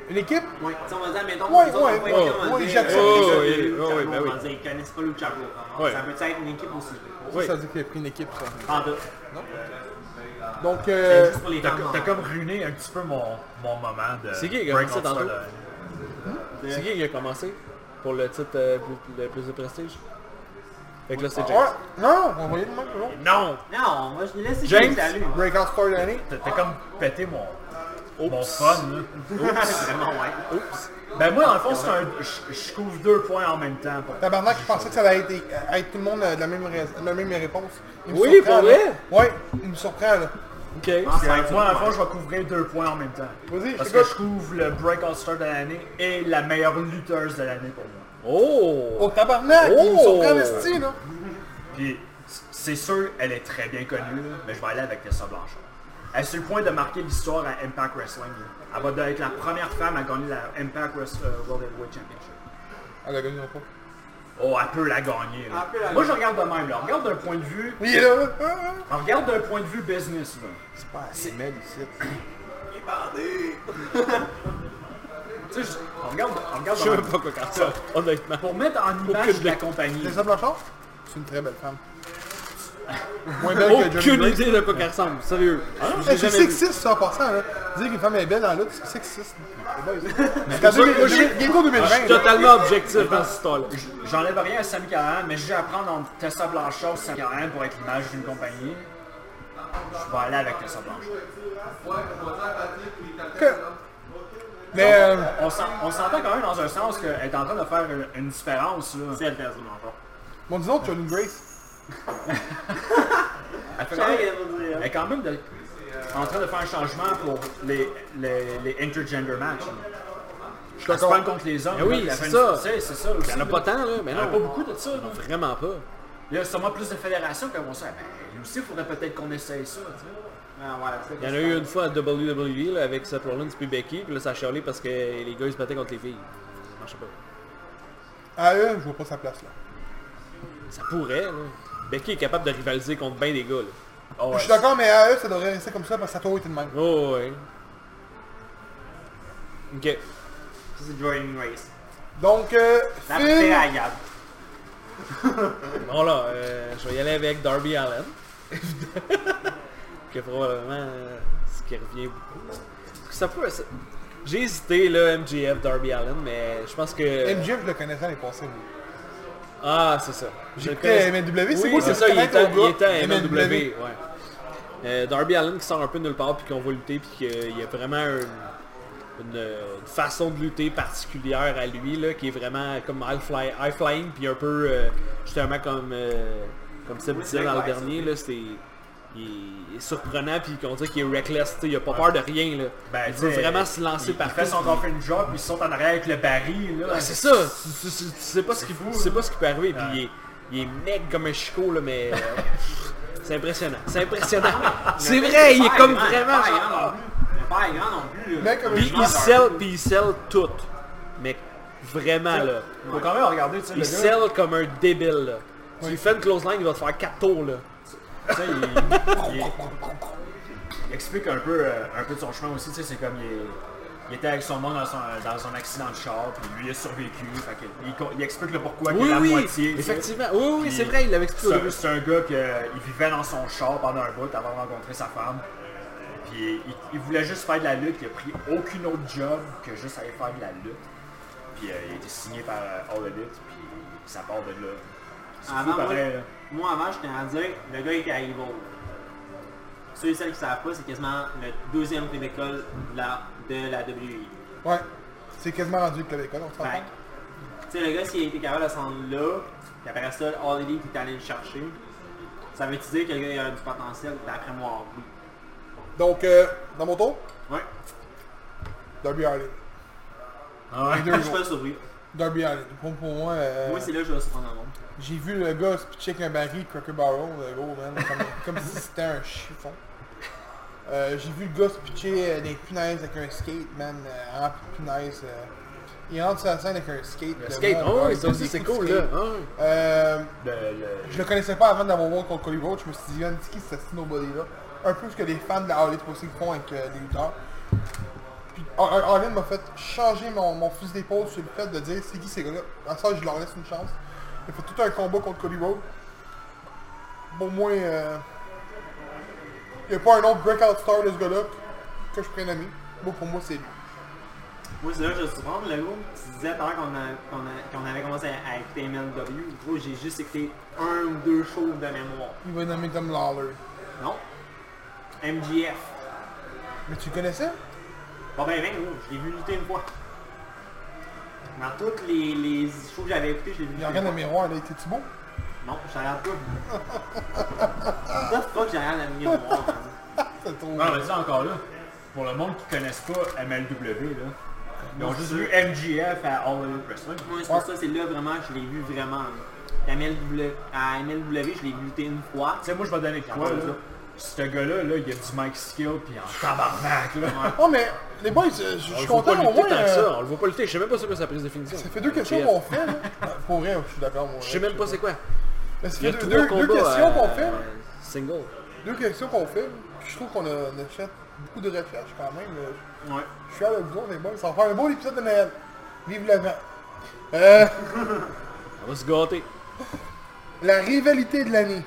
A: Une équipe,
B: Ouais, tu sais, on va dire, mettons,
A: Ouais,
B: nous autres,
A: ouais,
B: on va
A: ouais,
B: dire, on va
A: ouais,
B: dire,
A: j'accepte.
B: euh, les
C: Oh,
B: gars
C: oui, oh, oui,
B: de Lucha Bros,
C: ben
B: on va
C: oui.
B: dire, ils connaissent pas Lucha Bros.
C: Ouais.
B: Ça peut être une équipe aussi.
C: Oui.
A: ça veut dire qu'il a pris une équipe, ça.
B: En deux.
A: Donc, euh,
B: Juste pour les
D: T'as
B: fans,
D: co-
B: en
D: t'as
B: deux.
D: comme ruiné un petit peu mon, mon moment de...
C: hein. C'est qui qui a
D: Breakout
C: commencé tantôt?
D: Star, là.
C: C'est qui qui a commencé pour le titre euh, plus- le plus de prestige? Fait que là, c'est
A: Ah Ouais,
C: James.
A: non, on voyait le même toujours.
C: Non!
B: Non, moi je laisse
C: James.
B: James salut.
A: Breakout Star de l'année.
D: T'as t'as comme pété mon, mon
C: Oups.
D: fun, là.
B: Vraiment, ouais.
C: Oups.
D: Ben moi, dans le fond, c'est un... Je je couvre deux points en même temps. pour-
A: Tabarnak, je pensais que ça allait être, être tout le monde euh, de la même, rais- de la même réponse. Il me
C: Oui,
A: surprend,
C: pour
A: là.
C: vrai?
A: Ouais, il me surprend là.
C: Ok.
B: Ah,
D: Parce
B: c'est
D: que euh, moi, dans
B: un
D: le fond, je vais couvrir deux points en même temps.
A: Vas-y,
D: Parce
A: je
D: que
A: t'écoute.
D: je couvre le breakout star de l'année et la meilleure lutteuse de l'année pour moi.
A: Oh
C: Oh!
A: tabarnak, il me
C: Oh!
A: surprend le style là.
D: Puis, c- c'est sûr, elle est très bien connue, là, mais je vais aller avec Tessa Blanchard. Elle est sur le point de marquer l'histoire à Impact Wrestling. là. Elle va être la première femme à gagner la Impact Wrestling World Heavyweight Championship.
A: Elle a gagné non pas.
D: Oh, elle peut la gagner. là.
B: Elle peut la
D: Moi, je
B: gagner.
D: regarde de même. Là. On regarde d'un point de vue...
A: Il est là. là. Ah, ah.
D: On regarde d'un point de vue business. Là.
A: C'est pas assez mal ici.
D: Tu sais, je- on regarde, on regarde
C: Je
D: de
C: sais
D: même.
C: même pas quoi faire ça, honnêtement.
D: Pour mettre en
C: Aucune
D: image la
C: idée.
D: compagnie.
A: Tessa Blanchard, c'est une très belle femme. Moins belle que Johnny
C: Aucune
A: Drake.
C: idée de quoi qu'elle ressemble, sérieux. Je l'ai
A: Eh, C'est
C: jamais vu.
A: sexiste ça en passant là. Dire qu'une femme est belle dans l'autre, c'est sexiste. C'est pas ici. C'est
C: pour ça que moi,
A: en
C: j'ai-
A: 2020.
C: Je
A: là.
C: suis totalement objectif dans cette histoire-là.
D: J'enlève rien à Sami Callan, mais si j'ai à prendre entre Tessa Blanchard ou Sami Callan pour être l'image d'une compagnie, je vais aller avec Tessa Blanchard.
A: Mais euh,
D: On s'en- on s'entend quand même dans un sens qu'elle est en train de faire une, une différence. Là.
B: C'est le test de mon corps.
A: bon disons Johnny Grace.
D: Elle, fait
B: Je
D: quand
B: savais
D: même-
B: qu'elle va dire.
D: elle est quand même de- en train de faire un changement pour les, les, les intergender matchs. là.
A: Je suis
D: Elle se
A: d'accord.
D: prend contre les hommes.
C: Eh oui,
D: là, puis elle
C: c'est
D: fait une-
C: ça.
D: tu sais, C'est ça aussi.
C: Il y en a
D: là.
C: pas tant, là, mais
D: Il y en a
C: non.
D: pas beaucoup de ça. là.
C: Vraiment pas.
D: Il y a sûrement plus de fédérations qui vont ça. Ben, nous aussi, il faudrait peut-être qu'on essaye ça. tu sais.
B: Ah, ouais, c'est
C: Il y en a eu une fois à WWE là, avec Seth Rollins puis Becky, puis là ça a chialé parce que les gars ils se battaient contre les filles. Ça marchait pas.
A: À eux, E, je vois pas sa place là.
C: Ça pourrait, là. Becky est capable de rivaliser contre bien des gars, là.
D: Oh,
A: Je
D: ouais,
A: suis d'accord, mais à eux, ça devrait rester comme ça parce que ça a toujours été de même.
C: Oh, ouais. Ok.
B: Ça, c'est Jordan Race.
A: Donc, euh,
B: La paix à
A: Phil,
B: Gab.
C: Bon là, euh, je vais y aller avec Darby Allen. que probablement euh, ce qui revient beaucoup. Parce que Ça peut. ça- J'ai hésité là, MGF, Darby Allen, mais je pense que.
A: MJF, je le connaissais à l'année passée. moi.
C: Ah, c'est ça. Je le
A: J'écoutais
C: connais-
A: MLW, c'est
C: Oui,
A: moi qui
C: c'est
A: le
C: ça, il
A: connais
C: était,
A: ton gars,
C: il était à MLW,
A: MLW.
C: ouais. Euh, Darby Allen qui sort un peu de nulle part, puis qu'on va lutter, puis qu'il y a vraiment une, une, une façon de lutter particulière à lui, là, qui est vraiment comme high-flying, high flying, puis un peu, euh, justement, comme, euh, comme Seb
B: Oui,
C: disait
B: c'est
C: dans le
B: vrai,
C: dernier, là, c'était... Il est surprenant, puis qu'on dit qu'il est reckless, tu sais, il a pas peur de rien, là.
D: Ben,
C: il veut
D: tu sais,
C: vraiment se lancer
D: Il
C: par
D: fait son offering job, puis ils sont en arrière avec le baril, là.
C: ah, c'est ça, tu, tu- tu- tu sais pas ce qui
D: fou,
C: tu sais
D: hein.
C: pas ce qui peut arriver, puis
D: Ouais.
C: il est, il est maigre comme un chicot là, mais euh, c'est impressionnant, c'est impressionnant. c'est
B: Le
C: vrai, il
B: père
C: est comme
B: grand,
C: vraiment.
B: Le père
C: genre-
B: grand non plus. Le père grand non plus. là.
A: Mais Ben, comme
C: Puis il sell, puis il sell tout, mais vraiment là,
D: Faut quand même regarder, tu sais,
C: il
D: le gars,
C: sell comme un débile là. Tu lui fais une close line, il va te faire 4 tours là.
D: tu sais, il, il- il explique un peu, euh, un peu de son chemin aussi, tu sais, c'est comme il, est- il était avec son monde dans, son, dans un accident de char, puis lui il a survécu, fait que il, co- il explique le pourquoi qu'il est
C: Oui,
D: la
C: oui,
D: moitié. tu sais.
C: effectivement, oui, oui,
D: Puis
C: c'est vrai, il l'avait expliqué au
D: c'est un-
C: début.
D: C'est un gars qui euh, vivait dans son char pendant un bout avant de rencontrer sa femme. Puis il, il voulait juste faire de la lutte, il a pris aucune autre job que juste aller faire de la lutte. Puis euh, il a été signé par euh, All Elite, puis ça part de là. C'est
B: Avant,
D: fou
B: moi,
D: pareil, là.
B: moi, avant, j'étais à dire, le gars était à Evil. Ceux et celles qui savent pas, c'est quasiment le deuxième prix d'école de la, de la WI.
A: Ouais, c'est quasiment rendu Québécois, on s'entend.
B: Fait que, tu sais, le gars, s'il a été capable de s'en rendre là, puis après ça, All Elite est allé le chercher, ça veut-tu dire que le gars il a du potentiel d'après moi, oui.
A: Donc, euh, dans mon tour,
B: Ouais,
A: Darby Allin.
C: Ah
A: Les deux
B: je suis
A: gros.
B: pas surpris.
A: Darby Allin. Pour, pour moi, euh,
B: Moi, c'est là que je vais surprendre le monde.
A: j'ai vu le gars se pitcher avec un baril, Cracker Barrel, le gros man, comme, comme si c'était un chiffon. Euh, j'ai vu le gars se pitcher euh, des punaises avec un skate, man, euh, rempli de punaises. euh. il rentre sur la scène avec un skate.
C: Le
A: de
C: skate,
A: mode,
C: oh,
A: ouais,
C: oui, ça aussi
A: des
C: c'est
A: coups de
C: cool là.
A: skate.
C: Ah, oui.
A: Euh,
D: Le- le-
A: Je le connaissais pas avant d'avoir voir contre Cody Rhodes, je me suis dit, Yann, c'est qui ce snowbody là Un peu ce que les fans de la Harley aussi font avec euh, les lutteurs. Puis Har- Har- Harley m'a fait changer mon, mon fusil d'épaule sur le fait de dire c'est qui ces gars-là. À ça, je leur laisse une chance. Il fait tout un combat contre Cody Rhodes. Pour moi, euh, il n'y a pas un autre breakout star de ce gars-là que je pourrais nommer. Moi, pour moi, c'est lui.
B: Moi, c'est là que je suis bon, le gros, tu disais tout à l'heure qu'on a- qu'on a- qu'on avait commencé à, à écouter MLW. Gros, j'ai juste écouté un ou deux shows de mémoire.
A: Il va nommer Tom Lawler.
B: Non. MGF.
A: Mais tu connaissais?
B: Bon ben, ben, gros, je l'ai vu lutter une fois. Dans toutes les, les shows que j'avais écoutées, je l'ai vu
A: Il
B: lutter
A: regarde
B: une
A: le
B: fois.
A: miroir, là, était-tu beau?
B: Non, je regarde pas. Pourquoi faut que j'arrête à venir voir? man.
A: C'est trop
D: Non, vas-y encore là. Pour le monde qui connaissent pas MLW, là. Ils ont juste vu MGF à All Elite Wrestling.
B: Moi, c'est pour ça, c'est là vraiment que je l'ai vu vraiment. À MLW, à MLW, je l'ai lutté une fois.
D: Tu sais, moi, je vais donner de quoi, là. Ce gars-là, là, il y a du Mike Skill, puis en tabarnak, là.
A: Oh, mais les boys, je je suis
C: On le
A: content,
C: voit Ah, pas
A: au
C: lutter
A: moins.
C: tant que
A: euh,
C: ça. On le voit pas lutter. Je sais même pas c'est quoi sa prise de finition.
A: Ça fait deux questions
C: Jeff.
A: qu'on fait. là. Ah, Pour rien, je suis d'accord. moi.
C: Je sais même pas c'est quoi.
A: Mais ça
C: Il y
A: fait
C: a
A: deux,
C: trois
A: deux- deux
C: combats,
A: questions
C: euh,
A: qu'on fait.
C: Single.
A: Deux questions qu'on fait. puis Je trouve qu'on a, on a fait beaucoup de recherches quand même. euh,
B: Ouais.
A: Je suis à vous autres, les boys. Ça va faire un beau épisode de Noël. Vive le vent. Euh,
C: Ça va se gâter.
A: la rivalité de l'année.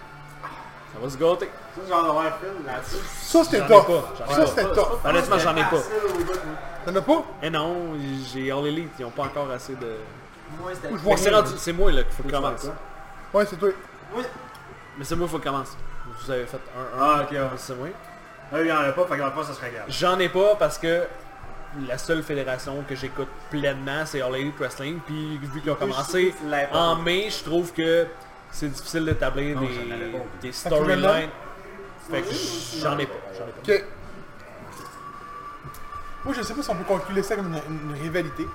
C: Ça va se gâter.
B: Ça, j'en aurais fait là-dessus.
A: Ça, c'était
C: J'en ai
A: top.
C: pas, j'en ai
A: Ça,
C: pas.
A: c'était top.
C: Honnêtement, j'en ai pas.
B: Facile au bout, moi.
A: T'en as pas?
C: Eh non, j'ai All Elite. Ils ont pas encore assez de...
B: Moi, c'était...
A: Ou je
C: Fait
A: vois
C: que c'est
A: rien.
C: rendu- c'est moi là qu'il faut que commence.
A: Ouais, c'est toi.
B: Moi,
C: Mais c'est moi qu'il faut que commence. Vous avez fait un, un.
D: Ah, ok, ouais.
C: C'est moi.
D: Là, il y en a pas, fait qu'en fait, ça se regarde.
C: J'en ai pas parce que la seule fédération que j'écoute pleinement, c'est All Elite Wrestling. Puis vu qu'ils ont commencé
B: je l'ai pas.
C: en mai, je trouve que c'est difficile d'établir
D: Non, j'en avais
C: des,
D: pas.
C: des
A: que maintenant-
C: storylines. Fait que j'en ai pas. J'en ai pas.
A: Ok. Moi, je sais pas si on peut calculer ça comme une, une rivalité.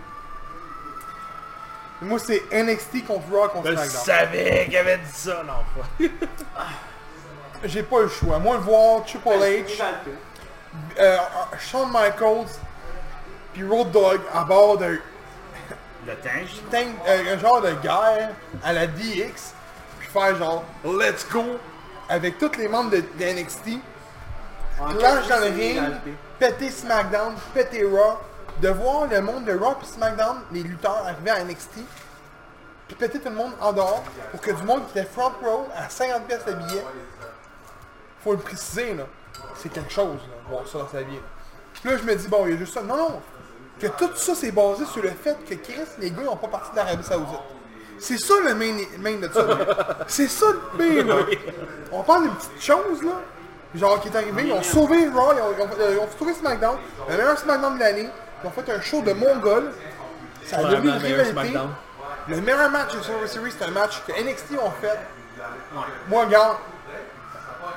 A: Mais Moi, c'est NXT contre Raw contre
D: Ben,
C: Je
A: SmackDown.
C: savais qu'il avait dit ça, non pas.
A: J'ai pas le choix. Moi, le voir Triple
B: Ben,
A: H,
B: j'en ai pas.
A: euh, Shawn Michaels, puis Road Dogg à bord d'un
D: Le tank.
A: tank- euh, un genre de guerre à la DX, puis faire genre Let's go avec tous les membres de, de NXT,
B: En
A: clash
B: cas,
A: dans le
B: c'est
A: ring,
B: réalité.
A: péter SmackDown, péter Raw, de voir le monde de Raw puis SmackDown, les lutteurs arriver à NXT, puis péter tout le monde en dehors pour que du monde qui était front row à 50 pièces de billet, faut le préciser là, c'est quelque chose là, voir ça dans sa vie. là. Puis là je me dis bon il y a juste ça, non non, que tout ça c'est basé sur le fait que Chris les gars ont pas parti d'Arabie Saoudite. C'est ça le main, main de ça. là. C'est ça le pire. là. On parle d'une petite chose là. Genre qui est arrivé, ils ont sauvé Raw, ils ont, ils ont- ils ont sauvé SmackDown, le meilleur SmackDown de l'année, ils ont fait un show de Mongol, ça a devenu une
C: Probablement le meilleur
A: rivalité.
C: SmackDown.
A: Le meilleur match de Survivor Series, c'est un match que NXT ont fait. Moi, regarde,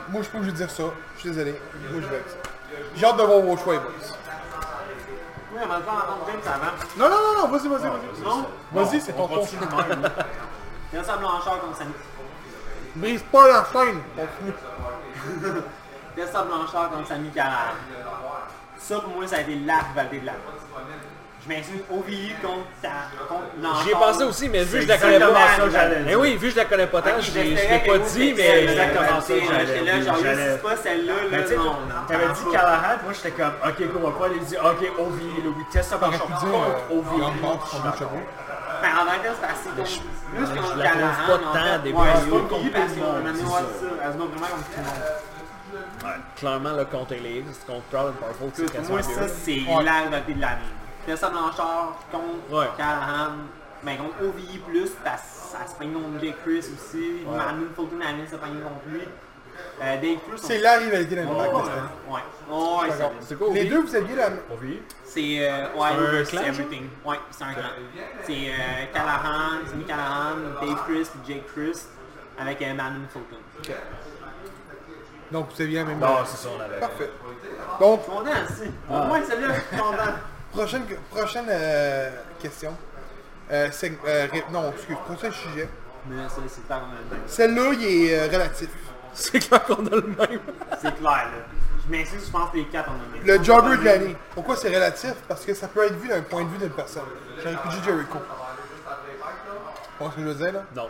A: moi je peux vous dire ça, je suis désolé, moi je vais avec ça. J'ai hâte de voir vos choix, les boys.
B: Oui, on va le faire entendre James avant.
A: Non, non, non, non, vas-y, vas-y, vas-y.
B: Non?
A: Vas-y, c'est ton tour.
B: Nelson Blanchard contre Sami.
A: Brise pas la chaîne. Continue.
B: Nelson Blanchard contre Sami Callan. Ça, pour moi, ça a été la rivalité de la Je m'inscris OVU contre, ta- contre Blanchard.
C: J'y ai pensé aussi, mais vu que je la
D: C'est
C: connais
D: exactement
C: pas. ben,
D: ça que j'allais
C: Mais
D: dire.
C: oui, vu que je la connais pas tant,
B: Ok,
C: je l'ai- je
B: j'espérais
C: l'ai pas
B: que
C: dit,
B: vous,
C: mais...
B: c'est
D: exactement ça que j'allais
B: J'étais là,
D: dire.
B: genre,
D: J'allais-
B: c'est pas celle-là,
C: Ben,
D: Mais
B: là,
D: Ben, tu sais,
B: non.
D: t'avais dit
B: Callahan.
D: Callahan, moi j'étais comme, ok, go, on va pas aller dire, ok, OVI, Louis, teste ça par
A: J'aurais
D: contre,
A: pu dire, euh, Grand
D: OVI.
A: Mort, son beau chapeau.
B: Mais en même temps, c'est assez con. Plus
C: je
B: qu'on
C: la trouve
B: Callahan,
C: pas
B: en
C: tant
B: fait,
C: des
B: ouais,
C: bons
B: c'est
D: vidéos
B: pas
D: qu'on
B: une
D: peut
B: passion,
D: voir,
B: mais
D: c'est
B: ouais,
D: ça.
B: c'est ça. Elle se bat vraiment comme tout le monde.
C: Clairement, le contre les contre Proud and Powerful, c'est
B: Écoute,
C: quasiment
B: Moi,
C: mieux.
B: ça, c'est
A: Ouais.
B: la rivalité de l'année. Nelson Blanchard contre
C: Ouais.
B: Callahan. Ben, Mais contre OVI+, plus, parce que ça se pogne contre Jay Chris aussi. Manu Fulton Annie se pogne contre lui. Euh, Dave Cruz...
A: C'est la rivalité d'un
B: Ouais,
A: impact. de cette année.
B: Oh, ouais. Ouais, ça-
A: D'accord.
C: C'est quoi,
A: Les
C: oui?
A: deux, vous aviez la...
D: OVI.
B: C'est euh, ouais,
C: un
B: versus
C: clan, genre?
B: everything. Ouais, c'est un clan. C'est euh, Callahan, Jimmy Callahan, Dave Chris, Jake Chris, avec euh, Manon Fulton.
A: Donc, vous aviez la même...
D: Non, Ah, c'est ça, on avait.
A: Parfait. Donc,
B: Content aussi. Au moins celle-là, je suis content.
A: Prochaine, prochaine euh, question. Euh, seg- euh, ré- non, excuse, prochain sujet.
B: Mais ça, c'est pas même.
A: Celle-là, il est euh, relatif.
C: C'est clair qu'on a le même.
B: C'est clair là. Je m'excuse, je pense que les quatre on a mis.
A: Le jobber de l'année. Pourquoi c'est relatif Parce que ça peut être vu d'un point de vue d'une personne. J'aurais pu dire Jericho. Tu vois ce que je veux dire, là
C: Non.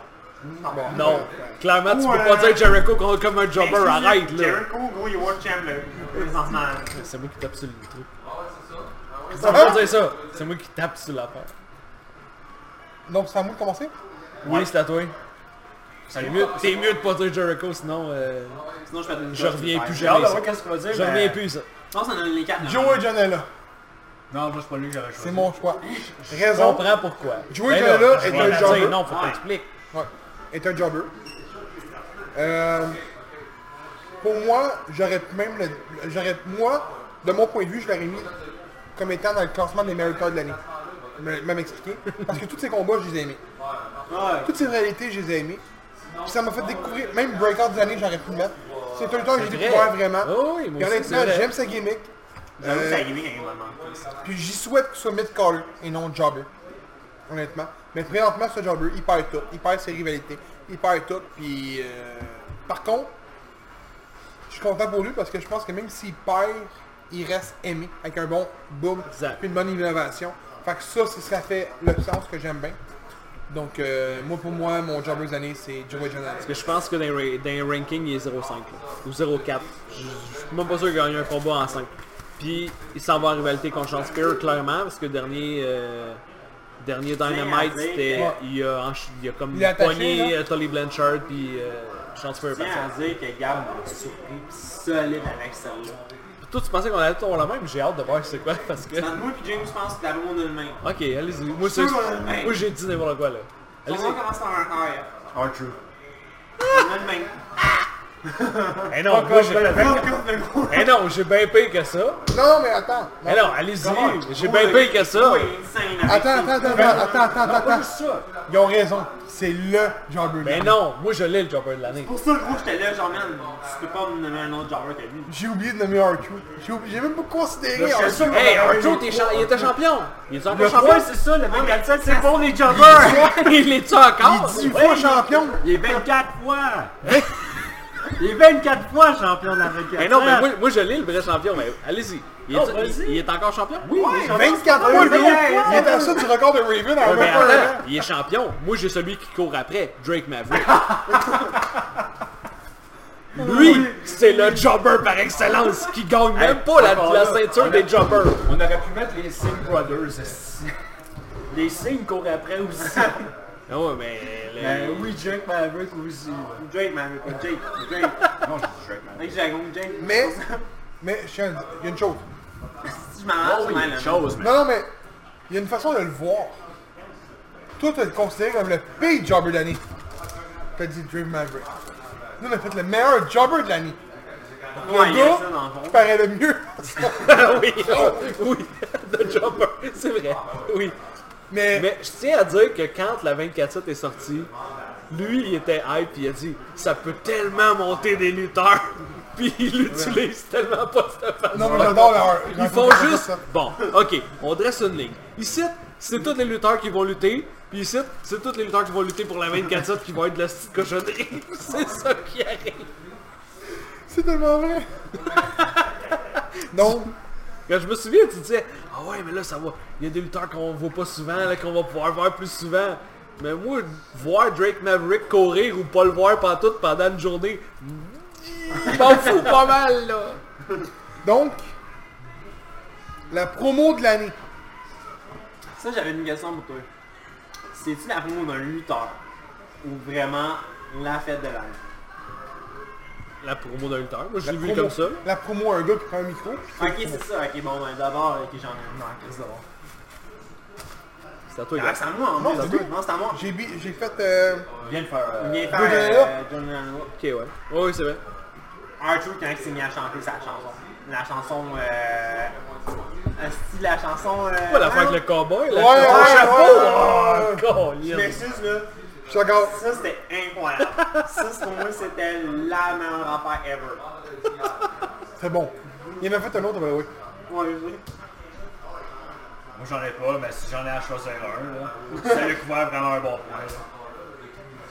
A: Bon,
C: Non. Clairement, tu peux pas
D: euh,
B: Ouais.
C: dire Jericho contre- comme un
B: Mais
D: Ben,
C: jobber,
B: excuse-moi,
C: arrête là.
B: Jericho, gros, il est World Champ là. Présentement. là.
C: C'est moi qui tape sur le truc.
B: C'est
C: Tu peux pas dire ça. C'est moi qui tape sur l'affaire.
A: Donc, c'est à moi de commencer
C: Oui, c'est à toi.
D: Salut,
C: T'es mieux, t'es mieux de pas dire Jericho, sinon euh,
B: Sinon, je fais une
C: je reviens plus
D: J'ai hâte
A: Ah,
C: jamais.
D: de
C: ça.
D: voir qu'est-ce qu'il va dire.
C: Je
D: mais-
C: reviens plus ça.
B: Je pense qu'on a les quatre. là.
A: Joe et Janela.
D: Non, moi, c'est pas lui que j'aurais choisi.
A: C'est mon choix.
C: Je
A: Raison
C: comprends pourquoi.
A: Joey
C: Ben
A: Janela
C: je
A: est
C: vais
A: un
C: la
A: jobber.
C: dire, Non, faut que
B: Ouais.
C: t'expliques.
A: ouais, est un jobber. Euh, pour moi, j'aurais même le- j'aurais moi, de mon point de vue, je l'aurais mis comme étant dans le classement des meilleurs lutteurs de l'année. Me- Même expliqué. Parce que tous ces combats, je les ai aimés.
B: Ouais.
A: Toutes ces réalités, je les ai aimés. Puis ça m'a fait découvrir, même Breakout des années, j'aurais pu le mettre. C'est un lutteur que j'ai
C: vrai.
A: découvert vraiment.
C: Oh oui, moi
A: Et
C: aussi,
A: honnêtement,
C: c'est vrai.
A: j'aime sa gimmick.
B: J'avoue que
A: Euh,
B: ça a gagné quand même.
A: Puis j'y souhaite qu'il soit mid-caller et non jobber. Honnêtement. Mais présentement, ce jobber, il perd tout. Il perd ses rivalités. Il perd tout. Puis euh, par contre, je suis content pour lui parce que je pense que même s'il perd, il reste aimé avec un bon boom.
C: Exact.
A: Puis une bonne innovation. Fait que ça, c'est- ça fait le sens que j'aime bien. Donc euh, moi pour moi, mon jobber des années, c'est Joey Jonathan.
C: Parce que je pense que dans les, ra- dans les rankings, il est 0.5 là, ou 0.4. Je je suis même pas sûr qu'il a gagné un combat en 5. Puis il s'en va en rivalité contre Sean Spear, clairement, parce que le dernier, euh, dernier Dynamite,
B: à dire
C: c'était,
A: que-
C: il, a ench- il a comme
A: Il a attaché,
C: poigné
A: là.
C: euh, Tully Blanchard, puis euh, Sean Spear est
B: Je
C: parti.
B: tiens à dire que Gab m'a surpris pis solide avec celle-là.
C: Puis toi, tu pensais qu'on allait avoir la même, j'ai hâte de voir c'est quoi, parce que...
B: Entre moi et James, je pense que la ronde est le même.
C: Ok, allez-y. Moi, c'est-
B: Hey.
C: moi, j'ai dit n'importe quoi, là.
B: On
C: Allez-y.
B: commence par un R.
D: Ah, true.
B: On a le même.
C: Eh non, moi, j'ai... Eh non, j'ai bien payé que ça.
A: Non mais attends. Non.
C: Eh non, allez-y. J'ai bien payé que ça.
A: Attends, attends, attends, attends, attends, attends,
D: Pas
A: attends.
D: juste ça.
A: Ils ont raison. C'est le jobber. de
C: Mais
A: l'année.
C: Ben non, moi, je l'ai, le jobber de l'année.
B: Pour ça, gros, j'étais là, genre, man, tu peux pas me nommer un autre genre que lui.
A: J'ai oublié de nommer RQ. J'ai oublié- j'ai même pas considéré
D: Là, je suis
A: RQ.
D: sûr.
C: Hey, Arjo, t'es cha- il était champion. Il est encore champion.
D: Ouais, c'est ça, le mec à
B: c'est bon, les jobbers!
C: il l'est-tu encore?
A: Il est 10 fois champion.
D: Il est 24 fois! Il est 24 fois champion de la requête.
C: Eh non, mais moi, moi, je l'ai, le vrai champion. Mais allez-y. Il est,
D: Oh, Hein? vas-y.
C: il, il est encore champion?
D: Oui, il est champion.
A: 24
D: Ouais,
A: fois, le gros.
D: ouais,
A: Il est à ça du record de Raven à
C: Mais
A: même pas un an.
C: attends, il est champion. Moi, j'ai celui qui court après, Drake Maverick. Lui, c'est le jobber par excellence qui gagne même pas la,
D: encore
C: la
D: là,
C: ceinture
D: on
C: des
D: a-
C: jobbers.
D: On aurait pu mettre les Singh Brothers ici. Les Singh courent après aussi.
C: Ah ouais, mais... le-
D: Euh, oui, Jake Maverick aussi. ouais.
B: Jake, man, pas Jake. Jake.
D: Non, je dis Jake Maverick.
B: Mec, j'ai Jake.
A: Mais, mais, je tiens à dire, il y a une chose.
B: si je m'en rends, hein.
D: il y a une chose, mais...
A: Non, non, mais, il y a une façon de le voir. Toi, t'as le considéré comme le pire jobber de l'année. T'as dit Dream Maverick. Nous, on a fait le meilleur jobber de l'année.
B: Ouais, il y a ça dans le
A: Le gars
B: fond.
A: qui paraît le mieux.
C: Ah oui, oui, le jobber, c'est vrai, oui.
A: Mais,
C: Mais je tiens à dire que quand la 24-7 est sortie, lui, il était hype, puis il a dit « Ça peut tellement monter des lutteurs! » Puis il l'utilise tellement pas de cette façon.
A: non, mais j'adore leur...
C: Ils font juste... Bon, ok, on dresse une ligne. Ici, c'est tous les lutteurs qui vont lutter, puis ici, c'est tous les lutteurs qui vont lutter pour la 24-7 qui vont être de la petite cochonnerie. c'est ça qui arrive.
A: C'est tellement vrai. Non,
C: Quand je me souviens, tu disais, ah ouais, mais là, ça va. Il y a des lutteurs qu'on voit pas souvent, là, qu'on va pouvoir voir plus souvent. Mais moi, voir Drake Maverick courir ou pas le voir pantoute pendant une journée, hmm, je m'en fous pas mal, là.
A: Donc, la promo de l'année.
B: Ça, j'avais une question pour toi. C'est-tu la promo d'un lutteur ou vraiment la fête de l'année?
C: La promo d'un lutteur, moi, je
A: La
C: l'ai vu
A: promo-
C: comme ça.
A: La promo à un gars qui prend un micro. puis
B: Ok, c'est ça. Ok, bon, ben d'abord, ok, j'en ai une en crise d'abord.
C: C'est à toi,
B: Ah,
C: gars.
B: c'est à moi, en
A: Non,
B: plus.
A: c'est à toi.
B: Non, c'est à moi.
A: J'ai bi- j'ai fait... euh,
D: Viens de faire...
B: Je
D: euh,
B: viens
A: Deux
B: faire John Lennon.
C: Ok, ouais. Oh, oui, c'est vrai.
B: Arthur, quand il s'est mis à chanter sa chanson. La chanson, euh... Asti, la chanson, euh...
C: Pas l'affaire avec le cowboy, là.
A: Ouais, ouais,
C: Ton
A: ouais,
C: chapeau! Oh,
B: Je
C: câlisse.
B: m'excuse, là.
A: Je suis d'accord.
B: Ça, c'était incroyable. ça, c'est- pour moi, c'était la meilleure affaire ever.
A: C'est bon. Il en a fait un autre, mais oui.
B: Ouais, oui.
D: Moi, j'en ai pas, mais si j'en ai à choisir un, là, ça a couvert vraiment un bon point.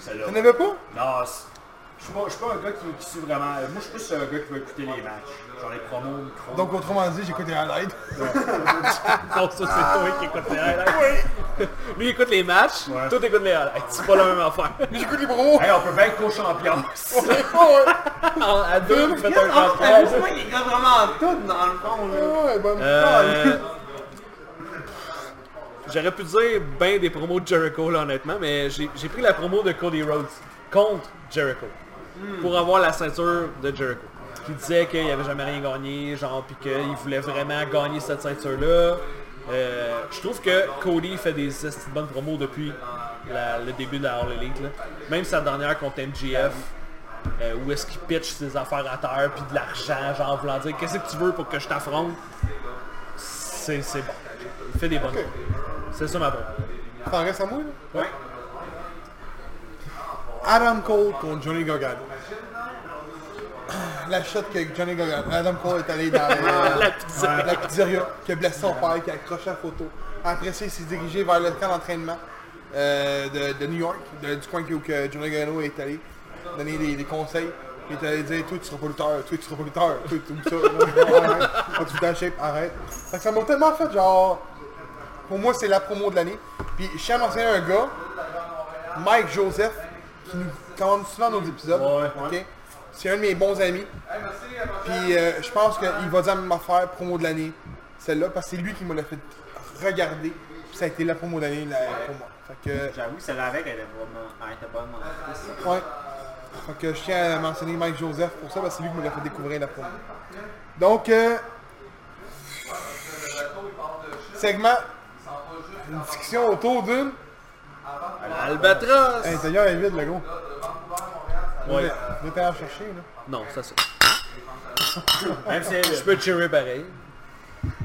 D: C'est là.
A: T'en avais pas?
D: Non, c'est- je suis pas, je suis pas un gars qui, qui suit vraiment... Moi, je suis plus un gars qui veut écouter les matchs. Genre les promos, les promos.
A: Donc, autrement dit, j'écoutais la live.
C: Non, ça, c'est toi qui écoute les highlights. Lui, il écoute les matchs,
D: Ouais.
C: toi, t'écoutes les highlights. C'est pas la même affaire.
A: Mais j'écoute les promos.
D: Hey, on peut bien être co-champion.
A: Ouais, ouais.
C: À deux, vous faites un
B: Ah,
C: grand
B: t'as vu, c'est moi qui écoute vraiment tout, dans le fond, là.
A: Ouais, bonne
C: Euh,
A: parole.
C: J'aurais pu dire ben des promos de Jericho là honnêtement, mais j'ai j'ai pris la promo de Cody Rhodes contre Jericho pour avoir la ceinture de Jericho. Qui disait qu'il avait jamais rien gagné, genre puis qu'il voulait vraiment gagner cette ceinture là. Euh, je trouve que Cody fait des esti de bonnes promos depuis la- le début de la All Elite. là. Même sa dernière contre MGF, euh, où est-ce qu'il pitch ses affaires à terre, puis de l'argent, genre voulant dire qu'est-ce que tu veux pour que je t'affronte. C'est c'est bon. Il fait des bonnes promos. C'est ça ma promo.
A: T'en restes à moi, là?
C: Ouais.
A: Adam Cole contre Johnny Gargano. La shot que Johnny Gargano, Adam Cole est allé dans la,
C: La pizza.
A: la pizzeria, qui a blessé son père, qui a accroché la photo. Après ça, il s'est dirigé vers le camp d'entraînement euh, de, de New York, de- du coin que, que Johnny Gargano est allé donner des, des conseils. Il est allé dire, toi tu seras pas lutteur, toi tu seras pas lutteur, toi tu ça, non, arrête, pas tout en shape, arrête. Fait que ça m'a tellement fait genre, pour moi c'est la promo de l'année. Puis je tiens à mentionner un gars, Mike Joseph, qui nous commande souvent nos épisodes.
C: Ouais,
A: ok? C'est un de mes bons amis. Puis euh, je pense qu'il va dire la même affaire, promo de l'année, celle-là, parce que c'est lui qui me l'a fait regarder. Puis ça a été la promo de l'année là, pour moi. Fait que,
B: J'avoue, celle-là avec, elle est vraiment... Elle était bonne en plus.
A: ouais. Fait que je tiens à mentionner Mike Joseph pour ça, parce que c'est lui qui me l'a fait découvrir la promo. Donc, euh, segment, une discussion autour d'une...
C: Albatros!
A: Hey, d'ailleurs, elle est vide, le gros.
C: Ouais.
A: Je vais t'en chercher, là.
C: Non, ça c'est.
B: Même si elle-
C: Je peux cheerer pareil.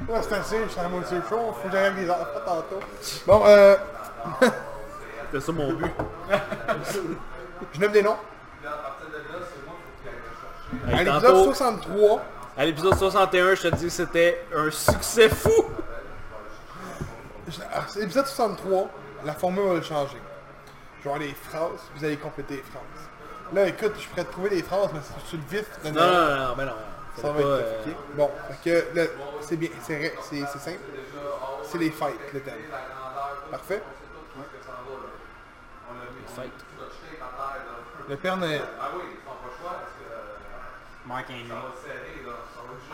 A: Ouais, c'est assez, je suis en mode show, faut que j'arrive les enfants tantôt. Bon, euh...
C: C'est ça mon but.
A: Je nomme des noms. À
C: Hey,
A: l'épisode
C: tantôt,
A: 63,
C: à l'épisode 61, je te dis que c'était un succès fou.
A: je- à l'épisode 63, la formule va le changer. Je vais avoir des phrases, vous allez compléter les phrases. Là, écoute, je pourrais te trouver des phrases, mais c'est sur le vif. là,
C: Non, non, non, non, mais non.
A: ça va
C: Fallait pas,
A: être
C: euh,
A: compliqué. Bon, fait que là, c'est bien, c'est vrai, c'est c'est simple. C'est les fêtes, le thème. Parfait.
C: fight.
A: Le Père Noël.
B: Mark Henry.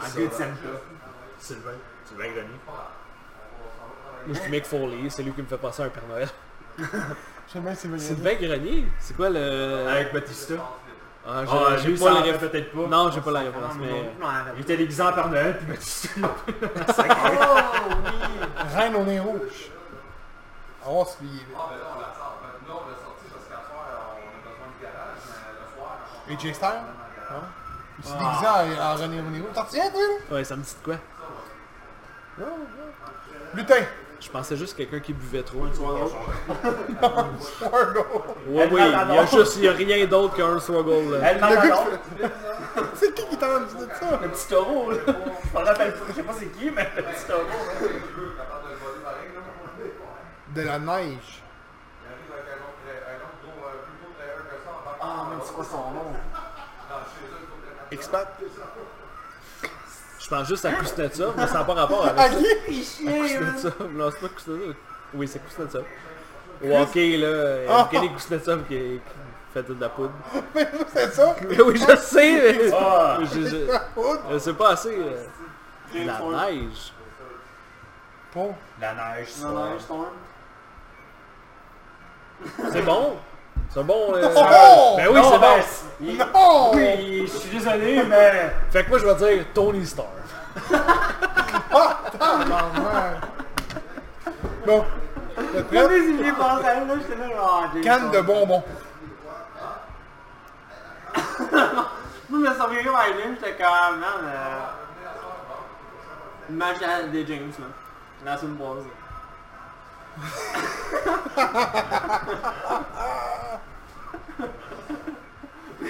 B: En good Santa.
D: Sylvain. Sylvain Grenier.
C: Moi, je suis Mick Foley, c'est lui qui me fait passer un Père Noël.
A: J'aime bien Sylvain Grenier.
C: Sylvain Grenier, c'est quoi le...
D: Avec Batista.
C: Ah,
D: Ah,
C: j'ai-
D: lui,
C: j'ai pas
D: ça
C: la
D: en fait
C: réf-
D: peut-être pas.
C: Non, j'ai pas la référence,
B: Non,
C: mais...
B: non, non,
D: Il
B: non.
D: était déguisé en Père Noël, puis Batista.
B: Oh, oui!
A: Reine au nez rouge. On va se plier. Et Jay Styles? Hein? Il s'est déguisé en, en René au nez rouge. T'en souviens, toi, là?
C: Ouais, ça me dit de quoi?
A: Lutin!
C: Je pensais juste quelqu'un qui buvait trop.
A: Wargo!
C: Ouais, oui, il y a juste, il y a rien d'autre qu'un struggle. là.
D: Elle m'a
A: Le gars
D: le
A: qui fait- C'est qui qui t'a rendu de ça?
D: petit taureau, là. Je m'en rappelle pas, je sais pas c'est qui, mais le petit taureau. là.
A: De la neige.
E: euh,
B: Ah, mais c'est quoi son nom?
A: Expat?
C: Je pense juste à Kuznetsov, mais ça n'a pas rapport avec
A: Ah,
C: ça.
A: qui?
C: Kuznetsov, non, c'est pas Kuznetsov. Oui, c'est Kuznetsov. Au hockey, là,
A: Ah.
C: euh, Kelly Kuznetsov qui, qui fait de la poudre.
A: Mais c'est ça? oh.
C: oui, je sais, mais...
D: Ah,
C: je, je- je sais pas assez. euh, la neige.
A: Bon.
D: la neige, ça.
B: Non, non, Storm.
C: C'est bon. C'est bon. euh,
A: Oh!
C: ben oui,
D: Ah! Non,
C: c'est bon.
D: ben,
A: Non!
D: Oui, je suis désolé, mais...
C: Fait que moi, je vais dire Tony Stark.
A: Tabarnak. Bon. T'es
B: Quand
A: prêt?
B: il est passé à elle, là, j'étais là, genre... James
A: Canne de
B: Storm.
A: bonbons.
B: Moi, je me souviens comme Aileen, j'étais comme, man, euh... Une match à- des James, là. La semaine passée.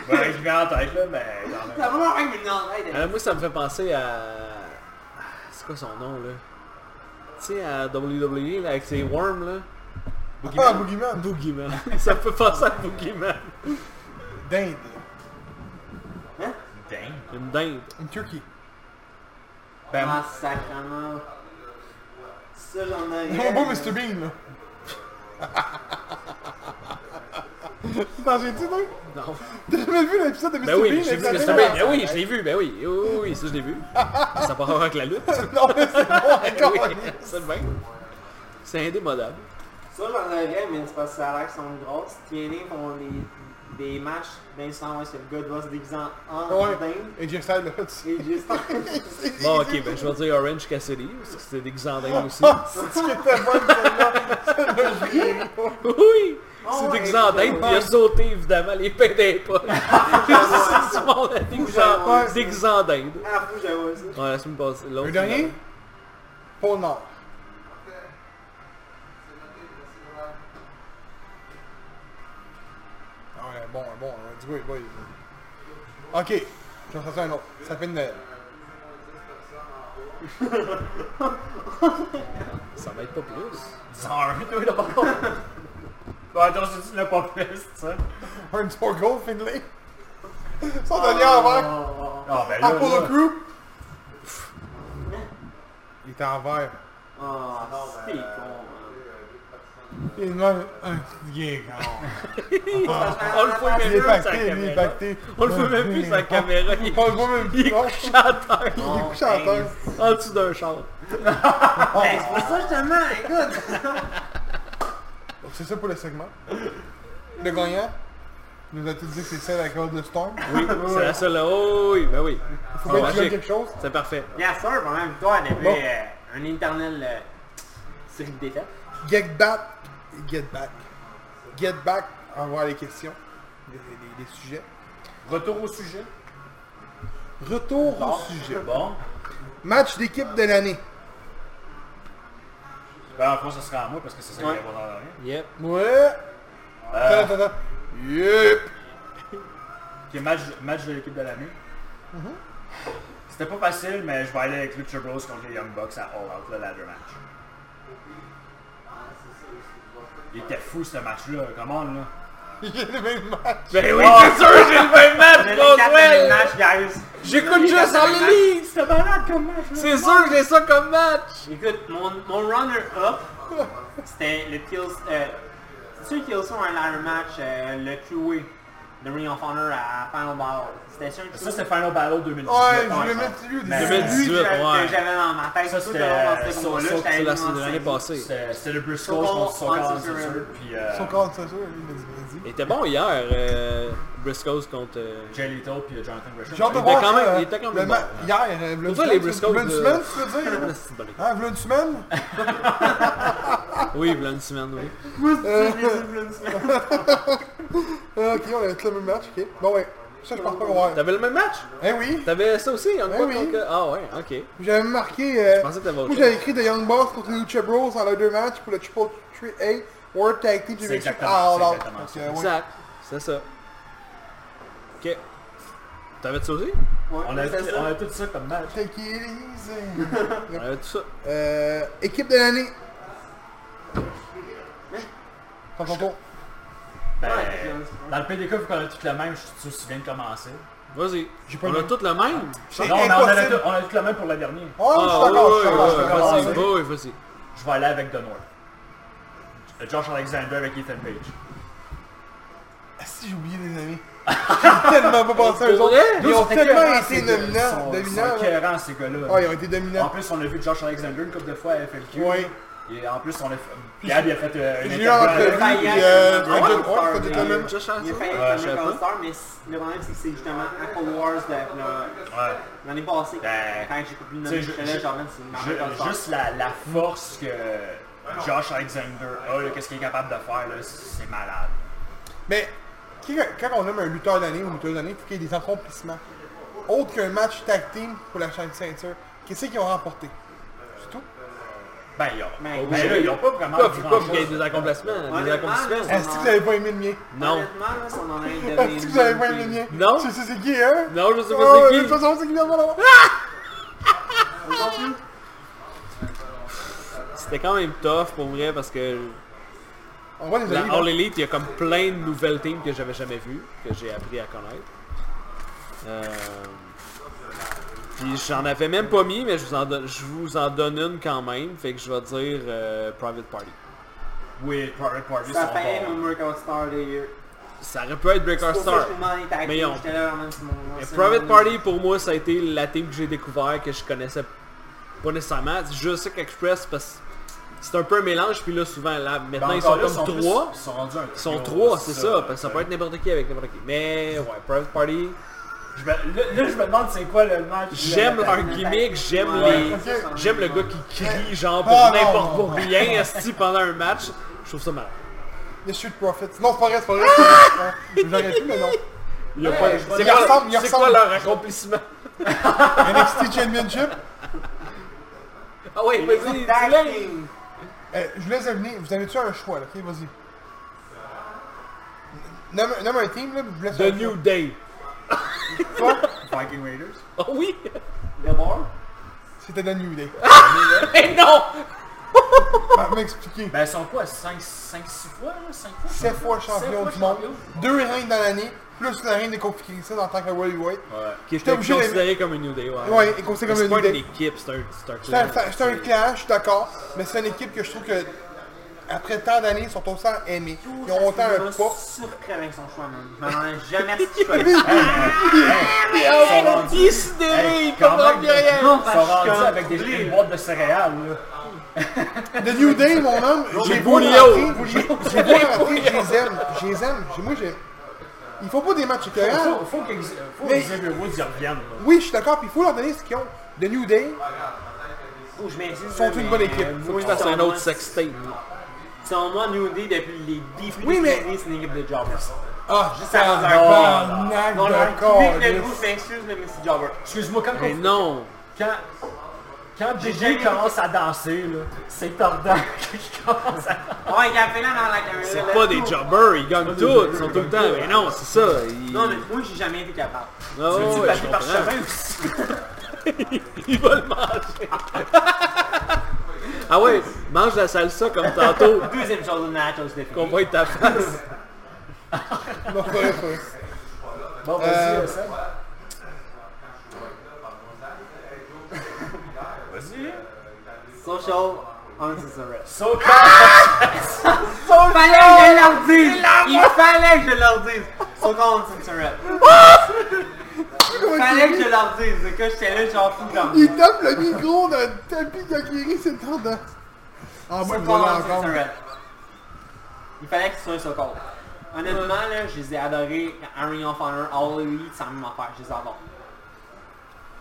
D: Ben, je viens en tête, là, mais quand même.
B: Ça va vraiment rien que dans la tête, elle.
C: Euh, moi, ça me fait penser à... C'est quoi son nom, là? Tu sais, à WWE, là, avec ses
B: Mm.
C: worms, là.
A: Ah, Boogeyman.
C: Boogeyman. ça me fait penser à Boogeyman.
A: Dinde.
D: Dang.
C: Une dinde.
A: Une turkey.
D: Ben,
B: Ah, sacrement. Ça, j'en ai
A: Mon beau Mr. Bean, là. tu t'en souviens-tu, toi?
C: Non.
A: T'as jamais vu l'épisode de Mr.
C: Ben oui,
A: Bean?
C: j'ai vu
A: avec
C: que
A: la
C: ça.
A: tête
C: Ben oui, je l'ai vu, ben oui. Oui, oui, oui, ça, je l'ai vu. Ça n'a pas rapport avec la lutte.
A: Non, mais c'est bon,
C: Oui,
A: encore.
C: c'est bien. C'est indémodable.
B: Ça, j'en aurais, mais c'est parce que ça a l'air qu'ils sont grosses. TNA font les des matchs d'instant où est-ce que le gars doit se déguiser en en
A: Ah Ouais.
B: dinde
A: Et j'ai ça là aussi.
B: et juste
C: Bon, ok, ben je vais dire Orange Cassidy, parce que c'était déguisé en dingue aussi.
A: C'est ce qui était bon celle-là. Celle-là, je riais pas.
C: Oui!
B: Ah
C: C'est
B: ouais,
C: déguisé en
B: ouais.
C: dingue, puis il a sauté évidemment les pains des poches. C'est du monde à déguisé en-
B: Ouais.
C: déguisé en dinde.
B: Ah, faut que j'avoue ça.
C: Ouais, la semaine passée. l'autre
A: Le dernier Pôle Nord. Ah ouais, bon, bon, euh, dis-moi, boy. Ok, je vais en sortir un autre. Ça fait une Noël.
C: Ça m'aide pas plus.
A: Ah.
D: Sorry, toi, là, par contre. Bon, attends, je dis le pas plus, ça.
A: Un sport goal, Finlay. Ils sont allés en vert.
D: Ah, ben là,
A: Ah, pour
D: là.
A: le crew. Il était en vert.
B: Ah, c'est con. hein.
A: Il est même un petit gay, quand
C: On le voit
A: Il est
C: même plus sa
A: pacté, il est
C: caméra.
A: pacté.
C: On le voit même plus sa caméra. Il
A: On le voit même
C: il est
A: plus. non.
C: couché à terre,
A: Il est couché à terre.
C: en dessous d'un char.
A: Ah.
B: hein. Ben, c'est pour ça justement, écoute.
A: Donc, C'est ça pour le segment. Le gagnant nous a-t-il dit que c'est celle à cause de Storm?
C: Oui, c'est la seule. Oh oui, ben oui.
A: Faut bien qu'il
C: C'est
A: y ait
C: magique.
A: quelque chose.
C: C'est parfait.
B: Bien sûr, pour même toi, on avait
A: Bon.
B: euh, un éternel euh, série de défaites.
A: Get back. Get back. Get back. Envoie les questions. Les, les- les sujets.
D: Retour au sujet.
A: Retour au sujet.
D: Bon.
A: Match d'équipe de l'année.
D: Ben, en fond, ça sera à moi parce que c'est ça
B: Ouais.
D: qui est important dans rien.
C: Yep.
A: Ouais.
D: Euh,
A: Attends, attends, attends. Yep.
D: qui est match, match de l'équipe de l'année.
A: Mm-hmm.
D: C'était pas facile, mais je vais aller avec Lucha Bros contre les Young Bucks à All Out, le ladder match. Il était fou ce match-là, comment là?
A: J'ai le même match. Ah,
C: Ben oui, c'est sûr, j'ai le même match,
B: J'ai les quatre mêmes
C: Roswell!
B: matchs, guys.
C: J'écoute juste en ligne!
D: C'était malade comme match là!
C: C'est sûr, j'ai ça comme match!
B: Écoute, mon, mon runner-up, c'était le Kills... Euh, ceux qui sont un ladder match, euh, le QA de Ring of Honor à Final Battle. C'était sûr que
D: Ça c'est Final Battle 2018.
A: Ouais, je
D: Ouais,
A: voulais
D: ça.
A: mettre lui au
D: Mais-
A: début.
B: Lui, que j'avais
C: ouais.
B: que j'avais dans ma tête,
D: Ça,
B: tout
D: c'était- euh,
B: dans ce
D: ça,
B: combat-là,
D: ça,
B: j'étais
C: C'est
B: allé
C: la
B: dans
C: semaine de l'année
B: cette-
C: passée.
D: C'était c'était le Briscoe
B: Sokol
D: contre Sokol,
B: on
D: c'est sûr.
B: Cesaro.
D: Puis euh,
A: Son corps, c'est sûr. Il m'a dit- il m'a dit.
C: Il était bon hier, euh, Briscoes contre... euh,
D: Jay Lethal puis euh, Jonathan Gresham.
A: J'ai hâte de
C: était
A: voir
C: quand
A: ça,
C: même-
A: euh,
C: il était quand même
A: le
C: bon,
A: ma-
C: hein.
A: Hier, il y avait
C: Pour ça, les Briscoes,
A: Vlune
C: euh,
A: semaine, tu veux dire?
C: c'est bon, les-
A: Hein, v'là une semaine?
C: Oui, v'là une semaine, oui.
A: Euh, ok, on a le même match, ok. Bon ouais, ça je pense pas qu'on va...
C: T'avais le même match?
A: Eh oui,
C: T'avais ça aussi, en
A: Ben
C: quoi
A: oui.
C: contre... Ah ouais, ok.
A: j'avais marqué... Euh,
C: pensais que t'avais autre
A: moi j'avais écrit The Young Boss contre les Lucha Bros dans leurs deux matchs pour le Triple 3A World Tag Team Championship.
D: exactement-
A: Ah,
D: c'est
A: alors,
D: exactement
A: donc,
D: ça.
A: euh, ouais.
C: Exact, c'est ça. Ok. T'avais ça aussi?
B: Ouais,
D: On a,
B: c'est ça.
D: on a tout ça comme match.
A: Take it easy.
C: T'avais tout ça.
A: euh, équipe de l'année. Ton ton tour.
D: Ben,
B: Ouais.
A: euh,
D: dans le PDK, vu qu'on a toutes la même, je suis sûr que tu viens de commencer.
C: Vas-y.
A: pas
C: On
A: le
C: a
A: même.
C: toutes la même?
A: C'est
D: Non, mais on a, la
A: impossible.
D: tou- on a toutes la même pour la dernière.
A: Oh, je suis
C: Ah,
A: d'accord, je
C: ouais,
A: suis d'accord, je suis
C: ouais,
A: d'accord, je suis
C: vas-y,
A: d'accord.
C: oui, vas-y.
D: Je vais aller avec The North. Euh, Josh Alexander avec Ethan Page.
A: Ah, si j'ai oublié les amis. J'ai tellement pas pensé à eux
C: Pour
A: autres.
C: vrai?
A: Ils ont tellement été
D: dominants.
A: dominants.
D: Ils sont
A: dominants, là.
D: écœurants, ces gars-là.
A: Ah, ils ont été
D: En
A: dominants.
D: plus, on a vu Josh Alexander une couple de fois à FLQ.
A: Oui.
D: Et en plus, on a fait... Gab, il a fait euh, une
A: J'ai eu
D: interview
A: entre
D: avec-
A: lui
B: Fayette.
A: et euh,
B: Ah,
A: Fayette,
B: ouais,
A: ouais,
B: Star,
A: c'était
B: mais-
A: quand même.
C: Just
B: Il a
C: Chance,
B: fait
C: ouais.
D: Ouais,
B: avec
D: je
B: le
D: savais
B: Michael
D: pas.
B: Star, mais c- le problème c'est que c'est justement Apple Wars de la-
D: Ouais.
B: l'année passée.
D: Ben,
B: Quand j'ai coupé le nom
D: tu sais,
B: de
D: je-
B: Michelet,
D: je-
B: Jordan, c'est une marque
D: Ju-
B: Michael Star.
D: Juste la, la force que Josh Alexander a, là, qu'est-ce qu'il est capable de faire, là, c'est malade.
A: Mais qui- quand on nomme un lutteur d'année ou lutteur d'année, il faut qu'il y ait des accomplissements. Autre qu'un match tag team pour la chaîne ceinture, qu'est-ce qu'ils ont remporté C'est tout.
D: Ben, ils ont,
B: Ben,
D: ben, là, ils ont pas
A: Ah,
D: vraiment
C: Pourquoi pourquoi
D: grand-chose.
C: qu'il y ait des accomplissements? Des
B: Honnêtement,
C: accomplissements?
B: là,
A: Est-ce que vous avez pas aimé le mien
C: Non.
B: Honnêtement, là, si on en a une de
A: Est-ce que vous avez pas aimé le mien
C: Non.
A: Je sais c'est qui, hein
C: Non, je sais
A: Ah,
C: pas
A: De
C: c'est
A: toute
C: qui. Ah!
A: façon, c'est qui d'abord là-bas
C: C'était quand même tough pour vrai parce que
A: On va les
C: La
A: amis.
C: All Elite, il y a comme plein de nouvelles teams que j'avais jamais vues, que j'ai appris à connaître. Euh, Puis j'en avais même pas mis, mais je vous en, donne- je vous en donne une quand même. Fait que je vais dire euh, Private Party.
D: Oui, Private Party sont
B: Ça fait
D: bons.
B: mon Michael Star de year.
C: Ça aurait pu être Breaker
B: C'est pour ça que
C: Star.
B: je vous demande les tag
C: Mais
B: teams,
C: ils ont-
B: j'étais là, vraiment, c'est mon-
C: Mais
B: c'est
C: Private
B: mon-
C: Party, pour moi, ça a été la team que j'ai découvert, que je connaissais pas nécessairement. Je sais qu'Express, parce que c'est un peu un mélange, puis là, souvent, là, maintenant,
D: Ben,
C: ils
D: encore
C: sont
D: là,
C: comme
D: plus-
C: trois.
D: Ils sont rendus un
C: Ils sont
D: trio,
C: trois, c'est ça, parce que ça peut être n'importe qui avec n'importe qui. Mais, ouais, Private Party,
D: Je me- Ben, là, là, je me demande c'est quoi le match.
C: j'aime
D: leur
C: leur gimmick, j'aime
B: Ouais.
C: les... J'aime le gars qui crie, genre,
A: Ah,
C: pour
A: non,
C: n'importe
A: non,
C: pour
A: non.
C: rien, esti, pendant un match. Je trouve ça mal.
A: Les Shoot Profits. Non, c'est pas vrai, c'est pas vrai. c'est
C: Ah!
A: pas vrai. J'aurais pu, mais non.
C: Il y a
D: Ouais,
C: pas...
D: je vois-
C: C'est
A: il
C: quoi,
A: ressemble, il
C: c'est quoi
A: ressemble.
C: leur accomplissement?
A: NXT Championship.
C: Ah ouais, vas-y, dis-le!
A: Euh, je vous laisse venir. Vous avez-tu un choix, là? Ok, vas-y. Nomme, nomme un team, là, puis je vous laisse un
C: The New Day.
A: choix.
D: Viking Raiders.
C: Ah oui?
B: Le mort?
A: C'était The New Day.
C: Ah! Mais non!
A: Ah, M'expliquer.
D: Ben, ils sont quoi 5 6 fois là 5 fois
A: 7 fois
D: Sept
A: champion
D: fois
A: du monde.
D: champion.
A: Deux règnes dans l'année, plus la reine des confédérations en tant que World
D: Ouais.
C: Qui
A: J'étais
C: était
A: obligé d'aimer-
C: considéré comme une New Day, ouais.
A: Ouais, et considéré
C: Mais
A: comme une
C: C'est pas
A: New
C: une
A: Day.
C: équipe, c'est un... C'est un
A: C'est un,
C: clan.
A: c'est un clan, je suis d'accord, mais c'est une équipe que je trouve que, après tant d'années, ils sont autant aimés. Ils ont autant un
B: pas.
A: pas.
B: surpris avec son choix, man. Je m'en rends jamais ce qu'il fait.
D: Ils sont rendus-
C: Il se délie, il
D: quand
C: comprend
D: même,
C: plus rien!
B: Non,
D: Ils sont rendus
B: parce que-
D: avec des, des boîtes de céréales là.
A: The New Day, mon homme, j'ai beau
C: Boulio.
A: rater, j'ai j'ai beau rater, je les aime, je les aime, J'ai- moi j'ai... Il faut pas des matchs écœurants,
D: Faut, faut que faut
A: Ah. Mais-
D: que Xavier Woods y revienne là.
A: oui je suis d'accord, puis il faut leur donner ce qu'ils ont. The New Day,
B: Faut que je m'insiste,
A: Ils sont
B: mais- euh,
A: une bonne équipe.
B: Moi,
A: Faut que
C: Je pense que c'est un
B: selon
C: autre
B: moi,
C: sextape.
B: Selon moi, New Day, depuis les débuts
A: Oui,
B: de
A: mais-
B: New Day, c'est une équipe de jobbers.
A: ah,
B: Juste avant leur
A: tabarnak
B: Non,
A: de
B: leur public de
A: corps,
B: goût, je m'excuse, mais c'est jobber.
D: Excuse-moi quand
C: Mais non!
D: quand quand
B: jamais
D: JJ
B: vu-
D: commence à danser là, c'est tordant qu'il commence à
B: Ah Ouais, il a fait là dans la caméra.
C: C'est
B: là,
C: pas
B: tout.
C: des jobbers, ils gagnent tout, ils sont tout le temps. Mais non, c'est ça. Ils...
B: Non, mais moi, j'ai jamais été capable.
C: Ah ouais,
D: Tu
C: ouais,
D: vas
C: je
D: passer par
C: comprends.
D: chemin aussi.
C: Il va le manger. ah ouais, mange la salsa comme tantôt.
B: Deuxième chose de Nachos, c'était
C: Qu'on voit ta face.
A: Non, c'est pas vrai, c'est pas vrai.
D: Bon,
A: Euh,
D: vas-y, Sam. Vas-y.
B: Social uncensored.
D: So
B: Il fallait que je leur dise! Il fallait que je leur dise! Social uncensored. Il fallait que je leur dise. C'est que j'étais là, genre fou comme.
A: Il tape le micro dans le tapis d'Akiri, c'est tendant. Ah, moi, je
B: Social
A: vois là encore.
B: uncensored. Il fallait que ce soit social. Honnêtement, là, je les ai adorés. quand Ring of Honor, All Elite, sans même affaire. Je les adore.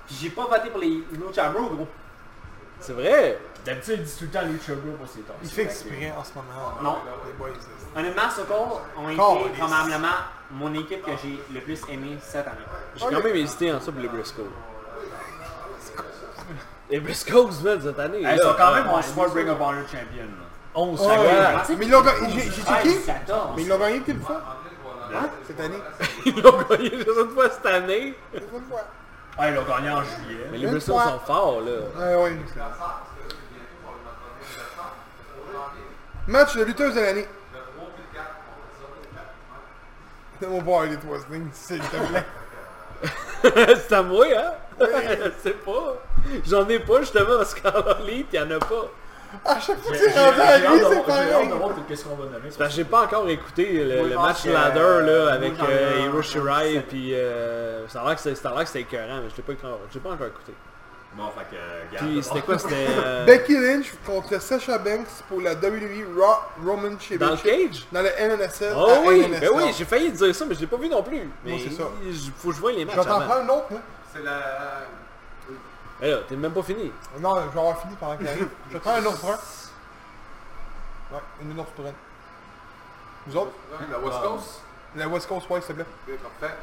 B: Puis j'ai pas voté pour les Lucha Bros, gros.
C: C'est vrai.
D: D'habitude, il dit tout le temps Lucha Bro pour ses temps.
A: Il fait exprès en ce moment.
B: Non.
A: Les boys.
B: Honnêtement, Sokol ont
A: Calice.
B: été probablement mon équipe que j'ai le plus aimé cette année.
C: J'ai quand même hésité en ça pour les Briscoes. Les Briscoes, man, cette année.
D: Ils
C: là,
D: sont quand même
C: euh,
D: mon sport Ring of Honor champion. là.
C: 11
A: Ouais,
C: ça
A: ouais.
C: gagne.
A: Mais ils l'ont gagné. J'ai j'ai checké.
B: 13, 14.
A: Mais ils l'ont gagné qu'une fois. Hein? Cette année.
C: Ils l'ont gagné juste une fois cette année.
A: Une fois.
D: Ah, ils l'ont gagné en juillet.
C: Mais les
A: Une
C: Briscoes
A: fois.
C: sont forts, là.
A: Ah Ouais, ouais. une fois. Match de lutteuse de l'année. On va voir les trois things, s'il te plaît.
C: c'est à moi, hein? Je sais pas. J'en ai pas, justement, parce qu'en lit, il y en a pas.
A: À chaque fois que
D: J'ai- j'ai-
A: c'est rendu à
D: j'ai hâte
A: Ah, ben, lui,
D: de
A: c'est
D: voir- j'ai hâte
A: pareil.
D: de voir tout qu'est-ce qu'on va nommer.
C: Parce que j'ai pas encore écouté le,
B: Moi, je
C: le
B: pense
C: match
B: que,
C: ladder
B: euh,
C: là, avec
B: moi, j'en ai
C: euh,
B: un,
C: Hiro
B: un,
C: Shirai
B: un,
C: puis euh, ça a l'air que c'est- ça a l'air que c'était écœurant mais je l'ai pas encore, j'ai pas encore écouté.
D: Bon, fait que, euh, garde.
C: Puis c'était quoi c'était euh,
A: Becky Lynch contre Sasha Banks pour la WWE Raw Roman Championship.
C: dans le cage
A: Dans le NNSL.
C: Oh
A: à
C: oui,
A: NNSL.
C: ben oui, j'ai failli dire ça mais je l'ai pas vu non plus. Mais
A: Ah, c'est ça.
C: il- faut que je voie les
A: Je
C: matchs
A: vais t'en
C: avant.
A: prendre un autre, moi.
C: Mais là, t'es même pas fini.
A: Non, je vais avoir fini pendant qu'il arrive. Je vais prendre un autre brun. Ouais, une autre brune. Vous autres
E: La West Coast?
A: La West Coast, ouais, s'il te plaît.
E: Oui, parfait.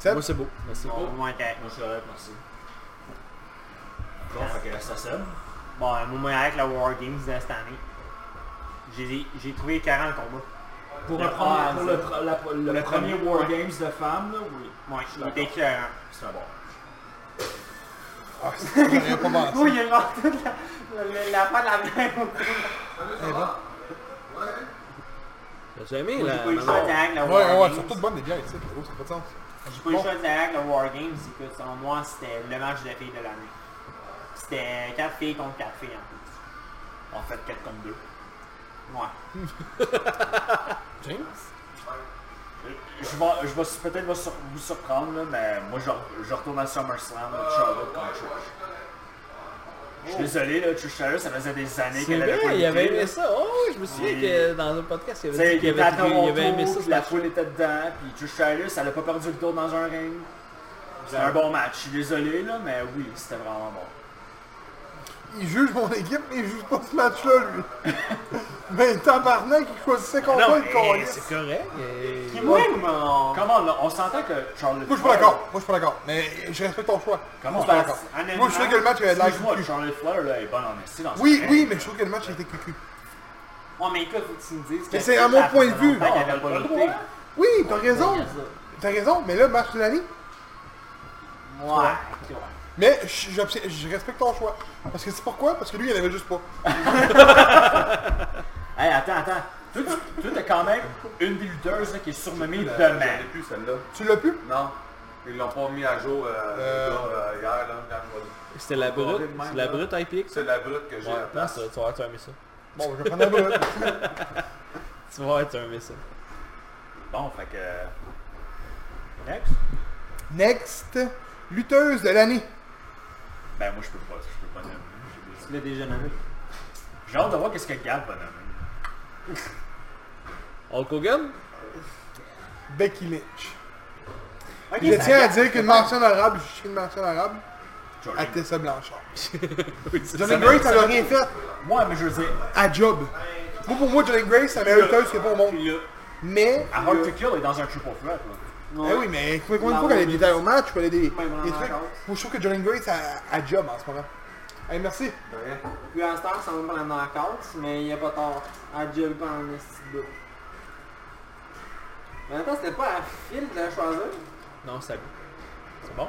A: Seb
C: Moi c'est beau. Merci.
B: Bon, moi, t'es-
D: Moi, je suis correct, merci. Bon, fait que ça sonne.
B: Bon, euh, moi, moi, avec la War Games de cette année, j'ai- j'ai trouvé 40 combats.
D: Pour,
B: Le
D: le premier,
A: Ah,
B: premier-
D: pour le, pr- la- le
B: Le
D: premier
B: premier,
D: War
B: ouais.
D: Games de femmes, là, oui.
B: Ouais,
D: Je suis
B: il
D: d'accord.
B: était écœurant.
D: C'est un bon.
A: Ah, c'est j'aurais pas pensé.
B: Oui, il a genre toute la, la, la part de la même.
A: Eh ben.
C: J'ai aimé
B: J'ai
C: la
B: pas eu le
C: maman.
B: choix d'y aller avec la War
A: Ouais, ouais,
B: Games.
A: surtout de bonnes des bières ici, gros, ça n'a pas de sens.
B: J'ai pas eu le choix d'y aller avec la War Games, c'est que selon moi, c'était le match de filles de l'année. C'était 4 filles contre 4 filles en plus.
D: En fait, 4 contre 2.
B: Ouais.
A: James
D: Je vais, je vais s- peut-être vous sur- vous surprendre, là, mais moi, je, je retourne à SummerSlam, là, Charlotte contre Trish. Je suis désolé, là, Trish Stratus, ça faisait des années
C: C'est
D: qu'elle avait pas
C: vrai, il avait
D: lutté, là.
C: aimé ça. Oh, oui, je me souviens que dans un podcast, il
D: Tu
C: avait
D: sais,
C: dit
D: il
C: qu'il
D: était
C: avait,
D: à
C: trouvé- il
D: Toronto,
C: avait aimé ça.
D: puis
C: ce
D: la
C: match.
D: foule était dedans, puis Trish Stratus, elle a pas perdu le tour dans un ring. C'était un bon match, je suis désolé, là, mais oui, c'était vraiment bon.
A: Il juge mon équipe, mais il juge pas ce match-là, lui. mais tabarnak, il choisissait qu'on
C: Non,
A: va le
C: mais
A: calice.
C: c'est correct. euh,
B: Qui moi, mon...
D: Comment, là, on s'entend que Charlotte
A: Moi, je suis pas d'accord. Moi, je suis pas d'accord. Mais je respecte ton choix.
D: Comment
A: Moi, je suis pas
D: on
A: d'accord.
D: passe?
B: Honnêtement,
A: Moi, je trouve que le match avait de l'air
D: Excuse-moi,
A: du cul.
D: Charlotte Flair, là, est bonne en esti dans ce
A: Oui,
D: ring.
A: oui, mais je trouve que le match a été cucu.
B: Ouais, mais écoute, faut que tu me dises...
A: Mais c'est à mon point de vue.
B: Non,
D: Non, on a pas le droit.
A: Oui, t'as raison. T'as raison, mais là, match de l'année.
B: Moi, ouais.
A: Mais je, je- je respecte ton choix. Parce que c'est pourquoi? Parce que lui, il en avait juste pas.
D: Hey, attends, attends. Toi, tu- toi, t'as quand même une des lutteuses là, qui est surnommée
E: Euh,
D: The
E: j'en ai
D: Man.
E: plus celle-là.
A: Tu l'as pu?
E: Non. Ils l'ont pas mis à jour euh,
A: Euh.
E: le gars, euh, hier, là, quand je vois le-
C: C'était la brute. C'est la brute IPA que ça.
E: C'est la brute que j'ai à
C: Ouais,
E: la
C: prends
E: place.
C: ça, tu vas voir, tu vas aimer ça.
A: Bon, je vais prendre la brute.
C: Tu vas voir, tu vas aimer ça.
D: Bon, fait que... euh, Next?
A: Next, lutteuse de l'année.
D: Ben, moi, je peux pas, je peux pas nommer. J'ai déjà-
B: Tu l'as déjà nommé.
D: J'ai hâte de voir qu'est-ce que Gab va nommer.
C: Hulk Hogan?
A: Becky Lynch.
B: Ok,
A: Je
B: ça-
A: tiens à dire qu'une mention arabe, je suis une mention arabe, à
D: Johnny.
A: Tessa Blanchard.
C: Oui, c'est
A: Johnny Grace, elle a rien fait
D: Moi, mais je veux dire,
A: à job. Moi, pour moi, Johnny Grace, c'est la meilleure lutteuse qu'il y a pas au monde.
B: Puis là,
A: Mais,
D: à Hard to Kill est dans un triple threat, là.
A: eh oui, mais combien de
B: Non,
A: fois qu'elle a
B: mais-
A: des détails au match, qu'elle a des, des
B: Ouais, vraiment,
A: trucs. Moi,
B: d'accord.
A: je trouve que Johnny Grace a, a job en ce moment. Hey, merci.
E: Ouais.
B: Puis à Star, ça va me prendre en compte, mais il n'y a pas tort. Un job pas un esti de bout. Mais attends, c'était pas à fil de la choisir.
C: Non, ça
D: C'est bon?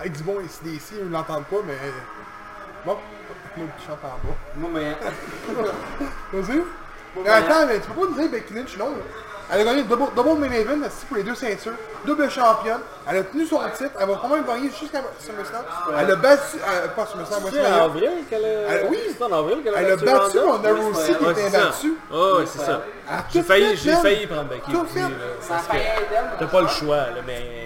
A: Avec du bon ici, ils ne l'entendent pas, mais... Bon, moi, je chante en bas.
B: Moi, mais.
A: Vas-y. Mais
C: ben,
A: attends, mais tu peux pas nous dire Becky Lynch, non. là. Elle a gagné le double, double main event esti, pour les deux ceintures, double championne, elle a tenu son titre, elle va probablement gagner jusqu'à SummerSlam. Elle a battu, euh, pas SummerSlam,
C: C'est en
A: WrestleMania.
C: avril qu'elle a...
A: Elle- euh, oui.
C: C'est en avril qu'elle a
A: Elle a
C: battu
A: battu
C: Ronda.
A: Ronda Rousey qui
C: Ouais,
A: était
C: c'est ça.
A: battue.
C: Ah, ouais, c'est ça.
A: Elle a
C: J'ai
A: tout
C: failli,
A: fait,
C: j'ai
A: man.
C: failli prendre Becky. euh,
A: Tout
C: oui,
A: fait.
C: là,
B: Ça
C: parce que
B: fait d'elle.
C: T'as pas le choix, là, mais...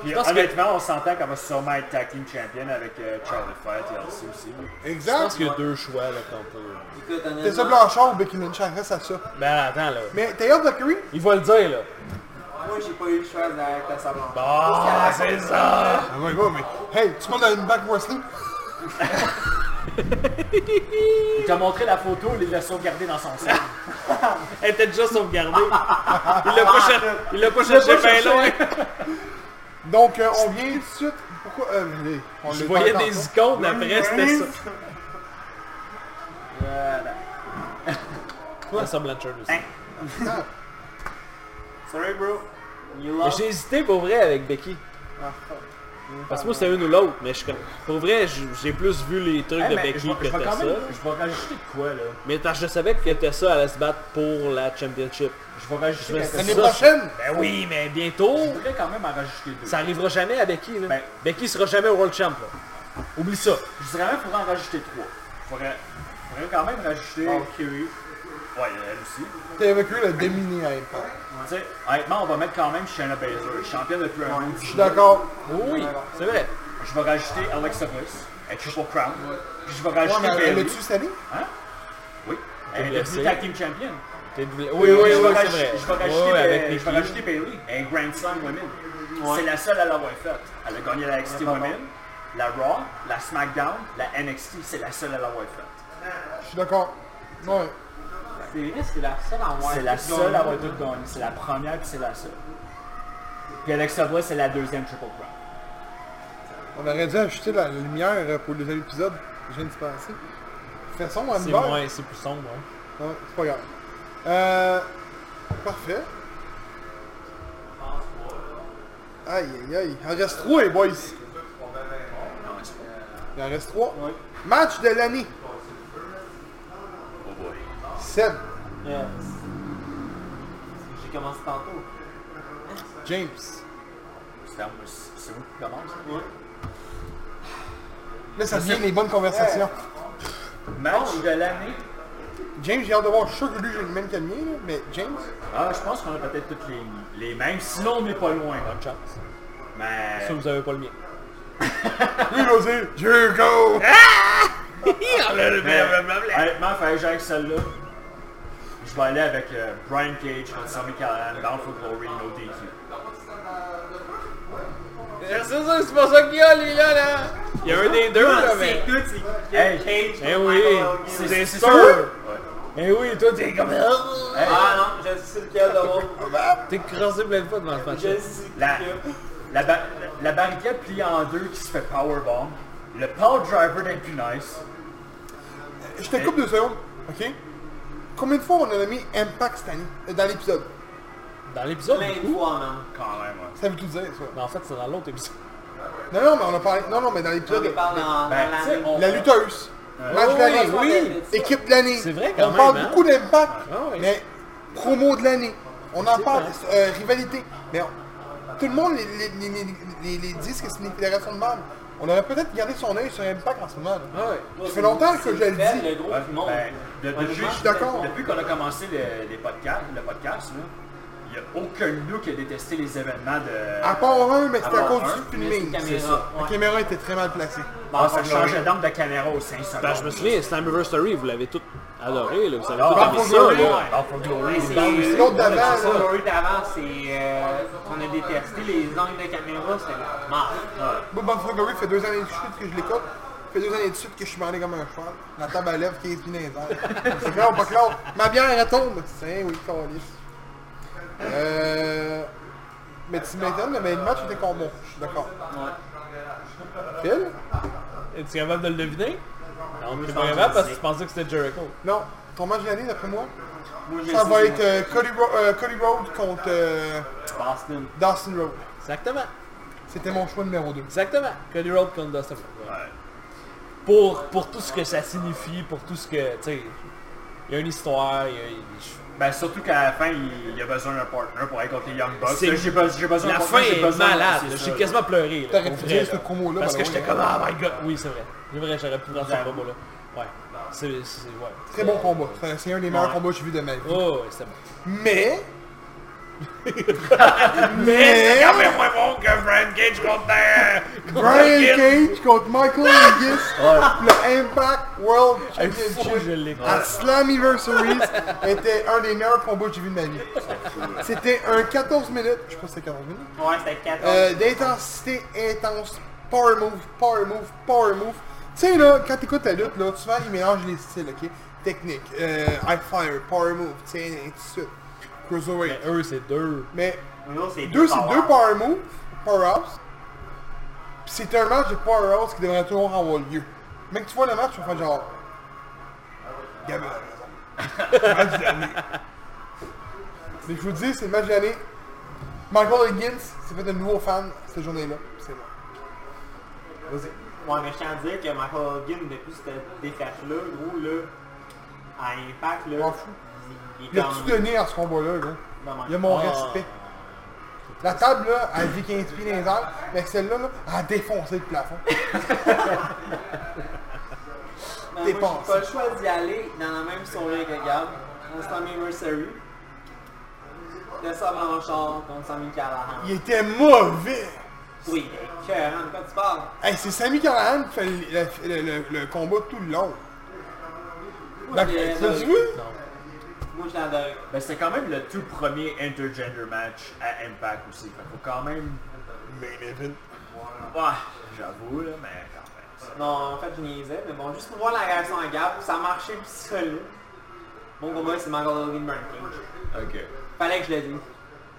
D: Puis
C: Je pense que-
D: honnêtement, on s'entend qu'elle va sûrement être tag team champion avec euh, Charlotte Flair, TLC aussi. là.
C: Je pense
A: Exact.
C: qu'il y a deux choix, là, qu'on peut...
B: Écoute,
A: Tessa
B: honnêtement,
A: Blanchard ou Becky Lynch, elle reste à ça.
C: Ben, attends, là.
A: Mais Taylor Valkyrie,
C: Il va le dire, là.
B: moi, j'ai pas eu le choix d'arrêter ta savante.
D: Ah, c'est ça!
A: Ah ouais, ouais, mais hey, tu parles d'une back wrestling?
D: Il t'a montré la photo, il l'a sauvegardée dans son sac.
C: Elle était déjà sauvegardée. Il l'a pas, cher... il l'a pas cherché bien loin.
A: Donc, euh, on vient tout de suite. Pourquoi? Euh, allez, on
C: Je
A: l'a
C: voyais
A: pas encore.
C: des icônes après, c'était ça.
B: Voilà.
C: Quoi? Ça Blanchard aussi.
B: Sorry, bro. You
C: Mais
B: lost.
C: J'ai hésité pour vrai avec Becky.
B: Ah, fuck.
C: Parce que moi c'était une ou l'autre, mais je suis comme. Pour vrai, j- j'ai plus vu les trucs
D: Hey,
C: de
D: mais
C: Becky
D: je vais-
C: que
D: je vais quand
C: Tessa.
D: même, je vais rajouter de quoi là
C: Mais parce que je savais que Tessa allait se battre pour la championship.
D: Je vais rajouter
C: Je
D: de
C: vais-
A: L'année
C: Ça,
A: prochaine,
D: Ben oui,
C: Oui, mais bientôt,
D: je voudrais quand même en rajouter deux.
C: ça arrivera jamais à Becky. Là.
D: Ben-
C: Becky sera jamais World Champ. là. Oublie ça.
D: Je dirais même pour en rajouter trois. Je pourrais, je pourrais quand même rajouter...
C: Ah,
B: Oh, Curie.
D: Ouais, elle aussi.
A: Taylor Valkyrie l'a dominé à Impact.
D: Tu sais, honnêtement, on va mettre quand même Shayna Baszler, championne depuis un bout.
A: Je suis d'accord.
C: Oui, c'est vrai.
D: Je vais rajouter Alexa Bliss, elle Triple Crown. Puis je vais
A: Ouais, mais
D: rajouter
A: elle
D: Bayley.
A: l'a-tu salé?
D: Oui. Elle est
C: blessée.
D: devenue tag team champion.
C: T'es- Oui, oui, oui,
D: je vais
C: c'est
D: raj-
C: vrai.
D: Je vais
C: Oui,
D: rajouter,
C: oui,
D: Bayley.
C: avec
D: je vais
C: Becky.
D: rajouter Bayley. Elle est Grand Slam Women. C'est la seule à l'avoir faite. Elle a gagné la NXT Women, la Raw, la SmackDown, la NXT. C'est la seule à l'avoir faite.
A: Je suis d'accord. Ouais.
B: C'est vrai, c'est la seule à moi.
D: C'est la seule à avoir tout gagné. C'est la première puis c'est la seule. Puis Alexa Bliss, c'est la deuxième Triple Crown.
A: On aurait dû ajouter la lumière pour le deuxième épisode. Je viens de penser. Fait son à
C: C'est
A: l'hiver.
C: moins, c'est plus sombre. hein.
A: Ouais, c'est pas grave. Euh, parfait. Aïe aïe aïe. Il en reste trois, les boys. Il en reste trois. Match de l'année.
D: Oh boy.
A: Seb,
B: Yes. J'ai commencé tantôt.
A: James.
D: C'est à moi- C'est vous qui commence.
A: Là, ça devient les bonnes conversations.
D: Match de l'année.
A: James, j'ai hâte de voir. Je suis sûr que lui, j'ai le même que le mien, là, mais James.
D: Ah, je pense qu'on a peut-être toutes les, les mêmes, sinon on n'est pas loin. Bonne chance. Mais...
C: Ça, vous avez pas le mien.
A: Lui, il va dire, you go!
D: Mais, euh, honnêtement, fallait que j'aille avec celle-là. Je vais aller avec euh, Brian Cage contre Sammy Callahan, Bound for Glory, No DQ.
C: C'est ça, c'est pour ça qu'il y a lui là là Il y a un des deux là mais.
B: C'est tout, c'est
D: Hey.
B: Cage.
C: Eh
B: contre
C: oui.
B: Michael Hogan.
C: C'est-
D: C'est
C: sûr.
D: sûr!
C: Eh oui, toi t'es comme.
D: Hey,
B: Ah non, je sais lequel d'abord.
C: T'es croisé plein de fois devant le
B: Je
C: match.
B: sais
D: La,
B: lequel.
D: la, ba- la barricade pliée en deux qui se fait powerbomb. Le power driver d'être plus nice.
A: Je te coupe deux secondes, ok? Combien de fois on a mis Impact cette année, euh, dans l'épisode?
C: Dans l'épisode
B: Plein de
C: beaucoup.
B: fois, man.
D: Quand même, hein. ouais.
A: Ça veut tout dire, ça.
C: Mais en fait, c'est dans l'autre épisode.
A: Non, non, mais on a parlé... Non, non, mais dans
B: On
A: l'épisode...
B: parle dans dans
D: Ben, tu sais,
B: la
D: on-
A: La lutteuse. Match de l'année.
B: oui, oui.
A: Équipe de l'année.
C: C'est vrai, quand
A: On
C: même,
A: parle
C: hein?
A: beaucoup d'impact,
C: Ah ouais.
A: mais promo de l'année. On en
C: C'est
A: parle,
C: vrai.
A: euh, rivalité. Mais on- tout le monde les, les, les, les, les- les dit que c'est une fédération de mal. On aurait peut-être gardé son œil sur Impact en ce moment. là.
C: Ah ouais.
A: Ça fait longtemps que je le
B: C'est
A: dis.
B: Oh, le gros
D: Ouais,
B: du monde.
D: ben, de- depuis,
A: je suis d'accord.
D: depuis qu'on a commencé le, les podcasts, le podcast, là, il n'y a aucun de nous qui a détesté les événements de...
A: À part un, mais c'était à
D: À part
A: cause
D: un,
A: du
B: Mais
A: filming.
B: c'est
A: C'est
B: caméra,
A: ça. La
B: ouais.
A: caméra était très mal placée.
D: Ah, ça changeait d'angle de caméra au 5 secondes.
C: Ben, je me souviens, Slammiversary, vous l'avez tout adoré, là. Vous avez
D: Ah,
C: tout aimé
A: Bound for
C: ça,
A: Glory,
C: là.
D: Bound for Glory,
B: Ouais,
D: c'est
B: c'est-
D: Bound aussi.
A: L'autre d'avant,
B: Ouais, c'est
A: là.
B: ça. Story d'avant, c'est... euh, On a détesté les angles de caméra, c'était la merde.
A: Bob Bob Fogory fait deux années de suite que je l'écoute. Ça fait deux années de suite que je suis mandé comme un cheval. La table à lèvres 15 minutes dans les airs. C'est clair ou pas clair? Ma bière, elle tombe. C'est oui, calice. Euh... Mais tu m'étonnes, mais le match était con bon. Je suis d'accord. Phil?
C: Es-tu capable de le deviner? Non, mais
B: pense
C: vraiment
B: que
C: parce
B: c'est-
C: que tu pensais que c'était Jericho.
A: Non. Ton match de l'année, d'après moi?
B: Moi, je
A: Ça
B: sais,
A: va être
B: moi,
A: euh, Cody, Ro- euh, Cody Rhodes contre euh,
B: Boston.
A: Dawson Rhodes.
C: Exactement.
A: C'était mon choix numéro 2.
C: Exactement. Cody Rhodes contre Dustin Rhodes. Pour, pour tout ce que ça signifie, pour tout ce que, tu sais, il y a une histoire, il y a... il-
D: Ben, surtout qu'à la fin, il, il a besoin d'un partner pour aller contre les Young Bucks.
C: C'est-
D: Là, J'ai besoin, j'ai besoin
C: La
D: d'un
C: fin
D: partner, j'ai
C: est
D: besoin-
C: malade,
D: c'est
C: là.
D: ça,
C: j'ai
D: là.
C: quasiment pleuré. là,
A: T'aurais
C: pour
A: pu
C: vrai,
A: dire ce
C: là.
A: promo-là,
C: Parce
A: by
C: que
A: the way,
C: j'étais
A: hein.
C: comme, oh my god, oui, c'est vrai. C'est vrai, j'aurais pu prendre ce
D: J'avoue.
C: combo-là. Ouais, c'est... c'est- ouais.
A: Très bon combat. C'est- C'est un des meilleurs
D: Ouais.
A: combats que j'ai vu de ma vie.
C: Oh, ouais, c'est bon.
A: Mais... mais...
D: C'est moins bon que Brian Cage contre
A: Brian Cage contre Michael Higgins pour le Impact World
C: Il faut que je
A: Championship
C: l'écoute.
A: à Slammiversary était un des meilleurs combats que j'ai vu de ma vie. C'était un 14 minutes, je sais pas si c'est 14 minutes,
B: Ouais, c'était 14.
A: euh, d'intensité intense, power move, power move, power move. Tu sais là, quand t'écoutes la lutte, là, souvent ils mélangent les styles, ok? Technique, euh, high fire, power move, tu sais, et tout de suite. Cruiserweight.
C: Mais eux, c'est deux.
A: Mais
B: Nous, c'est
A: deux, c'est
B: power.
A: deux power moves, power ups. Puis c'est un match de power ups qui devrait toujours avoir lieu. Mais que tu vois le match, tu vas faire genre. Gab a raison. match de l'année. Mais je vous dis, c'est le match de l'année. Michael Higgins s'est fait un nouveau fan cette journée-là. puis C'est moi. Vas-y.
B: Ouais, mais je tiens à dire que Michael Hogan, depuis cette défaite-là, gros, là, à Impact, là,
A: M'en fous.
B: il, il
A: Il
B: est
A: a tout donné à ce combat-là, là.
B: Non, non.
A: Il a mon
C: Ah.
A: respect. La table, là, elle vit 15 pieds dans les airs, mais celle-là, là, elle a défoncé le plafond.
B: Non,
A: T'es
B: moi, j'ai
A: pensé.
B: pas le choix d'y aller dans la même soirée que Gab. On s'en met Mercery. Le Samanchard contre Sami Callahan.
A: Il était mauvais!
B: Oui, cœur, de quoi tu parles?
A: Hey, c'est Sami Callahan qui fait le, le- le- le combat tout le long.
B: Moi,
A: Ben,
B: je l'ai
A: tu l'as
B: adoré.
A: vu?
C: euh, Non.
B: Moi, je l'ai adoré.
D: Ben, c'était quand même le tout premier intergender match à Impact aussi. Fait faut quand même... ah, Ouais, j'avoue, là, mais quand même.
B: Non, en fait, je niaisais, mais bon, juste pour voir la réaction à Gab, ça marchait pis ça, là. Mon combat, c'est Michael Hogan Burn King.
D: Ok.
B: Fallait que je le dise.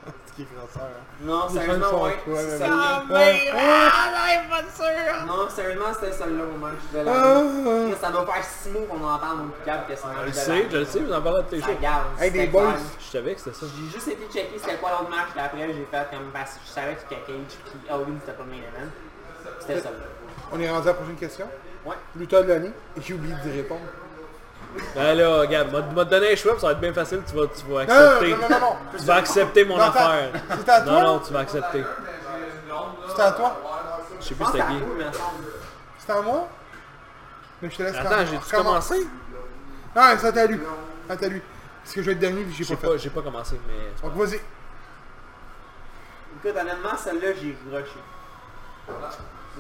A: C'est qui est grosseur, hein?
C: Ah,
B: Non,
A: Les gens le
B: sérieusement,
A: font,
B: ouais.
A: ouais,
B: c'est
A: ouais,
B: ça.
A: ouais. Ouais.
B: Non, sérieusement, c'était ça le moment. Je suis
A: Ah,
B: Ça doit faire 6 mois qu'on en parle, mon petit Gab, que c'est un
C: Je Ah, le sais, je le sais, vous en parlez de tes
B: Ça
C: choses.
B: garde.
A: Hey, des
B: c'était
A: boys.
B: clair.
C: Je savais que c'était ça.
B: J'ai juste été checker c'était quoi l'autre match, et après j'ai fait comme parce que je savais que c'était Cage puis Hogan ah c'était pas le main event. C'était ça là.
A: On est rendu à la prochaine question.
B: Ouais.
A: Lutteur de l'année. Et J'ai oublié d'y répondre.
C: Ben là, regarde, m'a m'a donné un choix, ça va être bien facile, tu vas, tu vas
A: Non, non,
C: accepter.
A: non, non, non, non.
C: Tu vas accepter mon
A: Non, attends.
C: affaire.
A: C'était à toi?
C: Non, non, tu vas accepter.
A: C'était à toi.
C: Je sais
B: Je
C: plus
B: pense que
C: c'était
B: c'est à
C: qui.
B: vous, mais ensemble.
A: C'était à moi. Mais je te laisse
C: Attends, j'ai-tu
A: commence.
C: commencé?
A: Non, c'était à lui. C'était à lui. Parce que je vais être dernier puis j'ai
C: J'ai
A: pas fait.
C: pas, j'ai pas commencé, mais... c'est pas
A: Donc vas-y.
B: Écoute, honnêtement, celle-là j'ai rushé.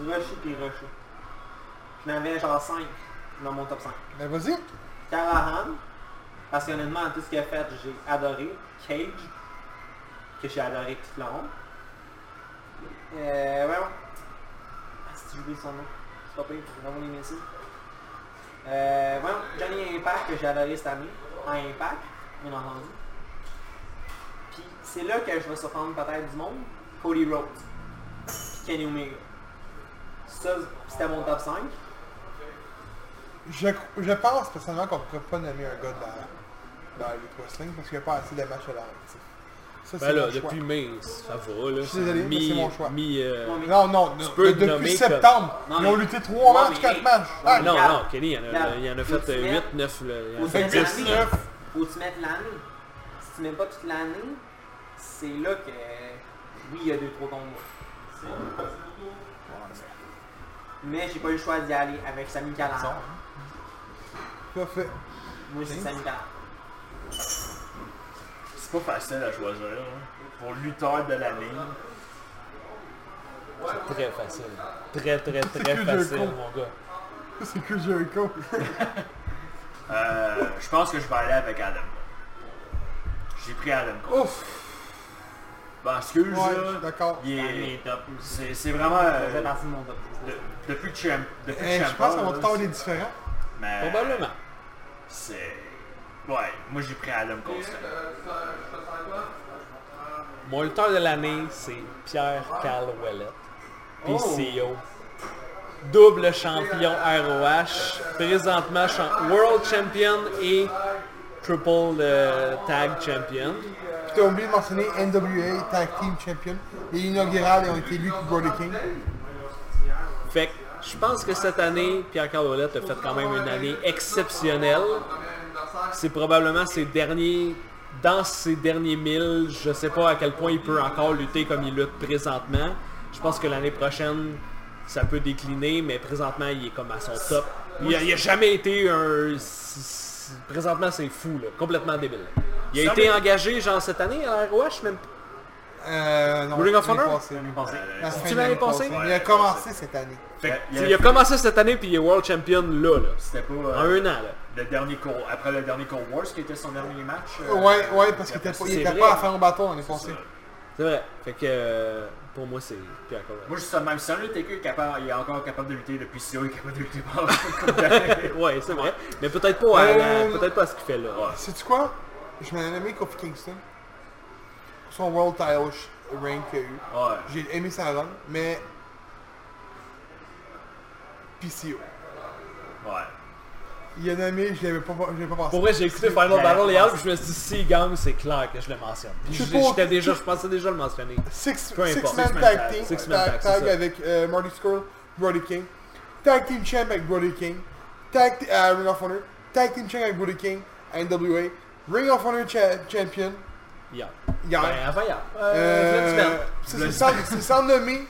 B: Rusher puis rusher. J'en avais genre 5 dans mon top 5.
A: Ben vas-y.
B: Callahan, parce qu'honnêtement, tout ce qu'il a fait, j'ai adoré. Cage, que j'ai adoré tout le long. Euh, vraiment. Ah, si j'ai oublié son nom. C'est pas pire, c'est vraiment les messieurs. Euh, vraiment, Johnny Impact, que j'ai adoré cette année. En Impact, bien entendu. Puis c'est là que je vais surprendre peut-être du monde. Cody Rhodes. Puis Kenny Omega. Ça, c'était mon top 5.
A: Je, je pense personnellement qu'on ne pourrait pas nommer un gars dans, dans le wrestling parce qu'il n'y a pas assez de matchs à l'arrêt. Ça,
C: Ben là,
A: mon choix.
C: depuis mai, ça va,
A: Je
C: là.
A: suis désolé, mais
C: Mi-
A: c'est mon choix.
C: mi, euh,
B: Mon
A: Non, non,
C: Tu
A: non.
C: peux
A: depuis
C: le nommer comme-
A: septembre,
B: Non,
A: ils ont
B: mais-
A: lutté 3
B: Non,
A: matchs,
B: mais-
A: 4 matchs.
B: Non,
A: Ah,
C: Non,
B: Regarde.
C: non, Kenny, il y en a,
B: Regarde.
C: il y en a
B: Faut que
C: fait
B: tu
C: euh,
B: mettes-
C: 8, 9, là. Il y en a
B: Faut
C: fait
A: Fait
B: que
A: que
B: tu mettes
A: 19.
B: l'année. Faut que tu mettes l'année. Si tu mets pas toute l'année, c'est là que... Oui, il y a deux, trois combats. Mais j'ai pas eu le choix d'y aller avec Sami Callan.
A: hein? Parfait.
B: Moi, c'est Sami Callan.
D: C'est pas facile à choisir. hein. Pour lutteur de l'année.
C: très facile. Très, très, très
A: que
C: facile,
A: deux cons.
C: mon gars.
A: C'est que Jericho.
D: Euh, je pense que je vais aller avec Adam. J'ai pris Adam. Cole.
A: Ouf.
D: Ben, excuse,
A: Ouais, je
D: là.
A: suis d'accord.
D: Il
B: L'année
D: est...
B: est top.
D: C'est c'est vraiment...
B: Ça fait
D: euh,
B: partie de mon top.
D: de- depuis que Champ... Depuis
A: Eh,
D: que
A: je
D: Ciampa,
A: pense qu'on va
D: là,
A: tout des différents.
D: Mais...
C: Probablement.
D: C'est... Ouais, moi j'ai pris Adam Constant.
C: ben Mon lutteur de l'année, c'est Pierre Carl Ouellet. PCO. Double champion ROH. Présentement cham- World Champion et Triple euh, Tag Champion.
A: Puis t'as oublié de mentionner NWA Tag Team Champion. Les inaugurales ont été lui et Brody King.
C: Fait que je pense que cette année, Pierre-Carl Ouellet a fait quand même une année exceptionnelle. C'est probablement ses derniers... Dans ses derniers mille, je sais pas à quel point il peut encore lutter comme il lutte présentement. Je pense que l'année prochaine, ça peut décliner, mais présentement, il est comme à son top. Il a, il a jamais été un... s- s- Présentement, c'est fou, là. Complètement débile. Il a été engagé, genre, cette année à ROH, même...
A: Euh, non,
C: Ring of
A: l'année
C: Honor?
A: passée.
D: Euh,
A: La fin
C: Tu
A: de
C: l'avais
A: l'année
C: pensé?
A: passée. Il a commencé cette année.
D: fait que il y a-
C: Il a commencé cette année, puis il est World Champion là, là.
D: C'était pas...
C: En
D: euh,
C: un an, là.
D: le dernier Cold- Après le dernier Cold War, ce qui était son dernier match. euh,
A: Ouais, ouais, parce qu'il était pas,
C: c'est
A: il était
C: vrai.
A: pas à faire au bâton l'année passée.
C: C'est vrai. Fait que euh, pour moi c'est Pierre Corbin.
D: Moi, justement, même si un TQ est, capable, il est encore capable de lutter depuis si haut, il est capable de lutter pendant une couple d'années.
C: Ouais, c'est vrai. Mais peut-être pas à la-
A: Euh,
C: peut-être pas à ce qu'il fait là.
A: Sais-tu quoi? Je m'en ai nommé Kofi Kingston. Son World Title sh- reign qu'il a eu.
D: Ouais.
A: J'ai aimé sa run, mais... PCO.
D: Ouais.
A: Il a nommé, je l'avais pas, je l'avais pas pensé.
C: Pour vrai, j'ai écouté Final Battle Royale puis je me suis dit s'il gagne, c'est clair que je le mentionne. Puis
A: Je
C: j'ai-
A: suppose-
C: j'étais déjà, je pensais déjà le mentionner.
A: Six,
C: Peu importe.
A: six man
D: Six-man
A: tag
D: tag,
A: team,
C: six-man
A: tag,
C: tag, c'est
A: tag
C: ça.
A: avec euh, Marty Skrull, Brody King, tag team champ avec Brody King, tag te- euh, Ring of Honor, tag team champ avec Brody King, NWA, Ring of Honor cha- champion.
C: Hier.
A: Hier.
C: Ben, avant hier. Euh,
A: Ah. Euh,
C: la semaine.
A: ça, c'est sans, c'est sans nommer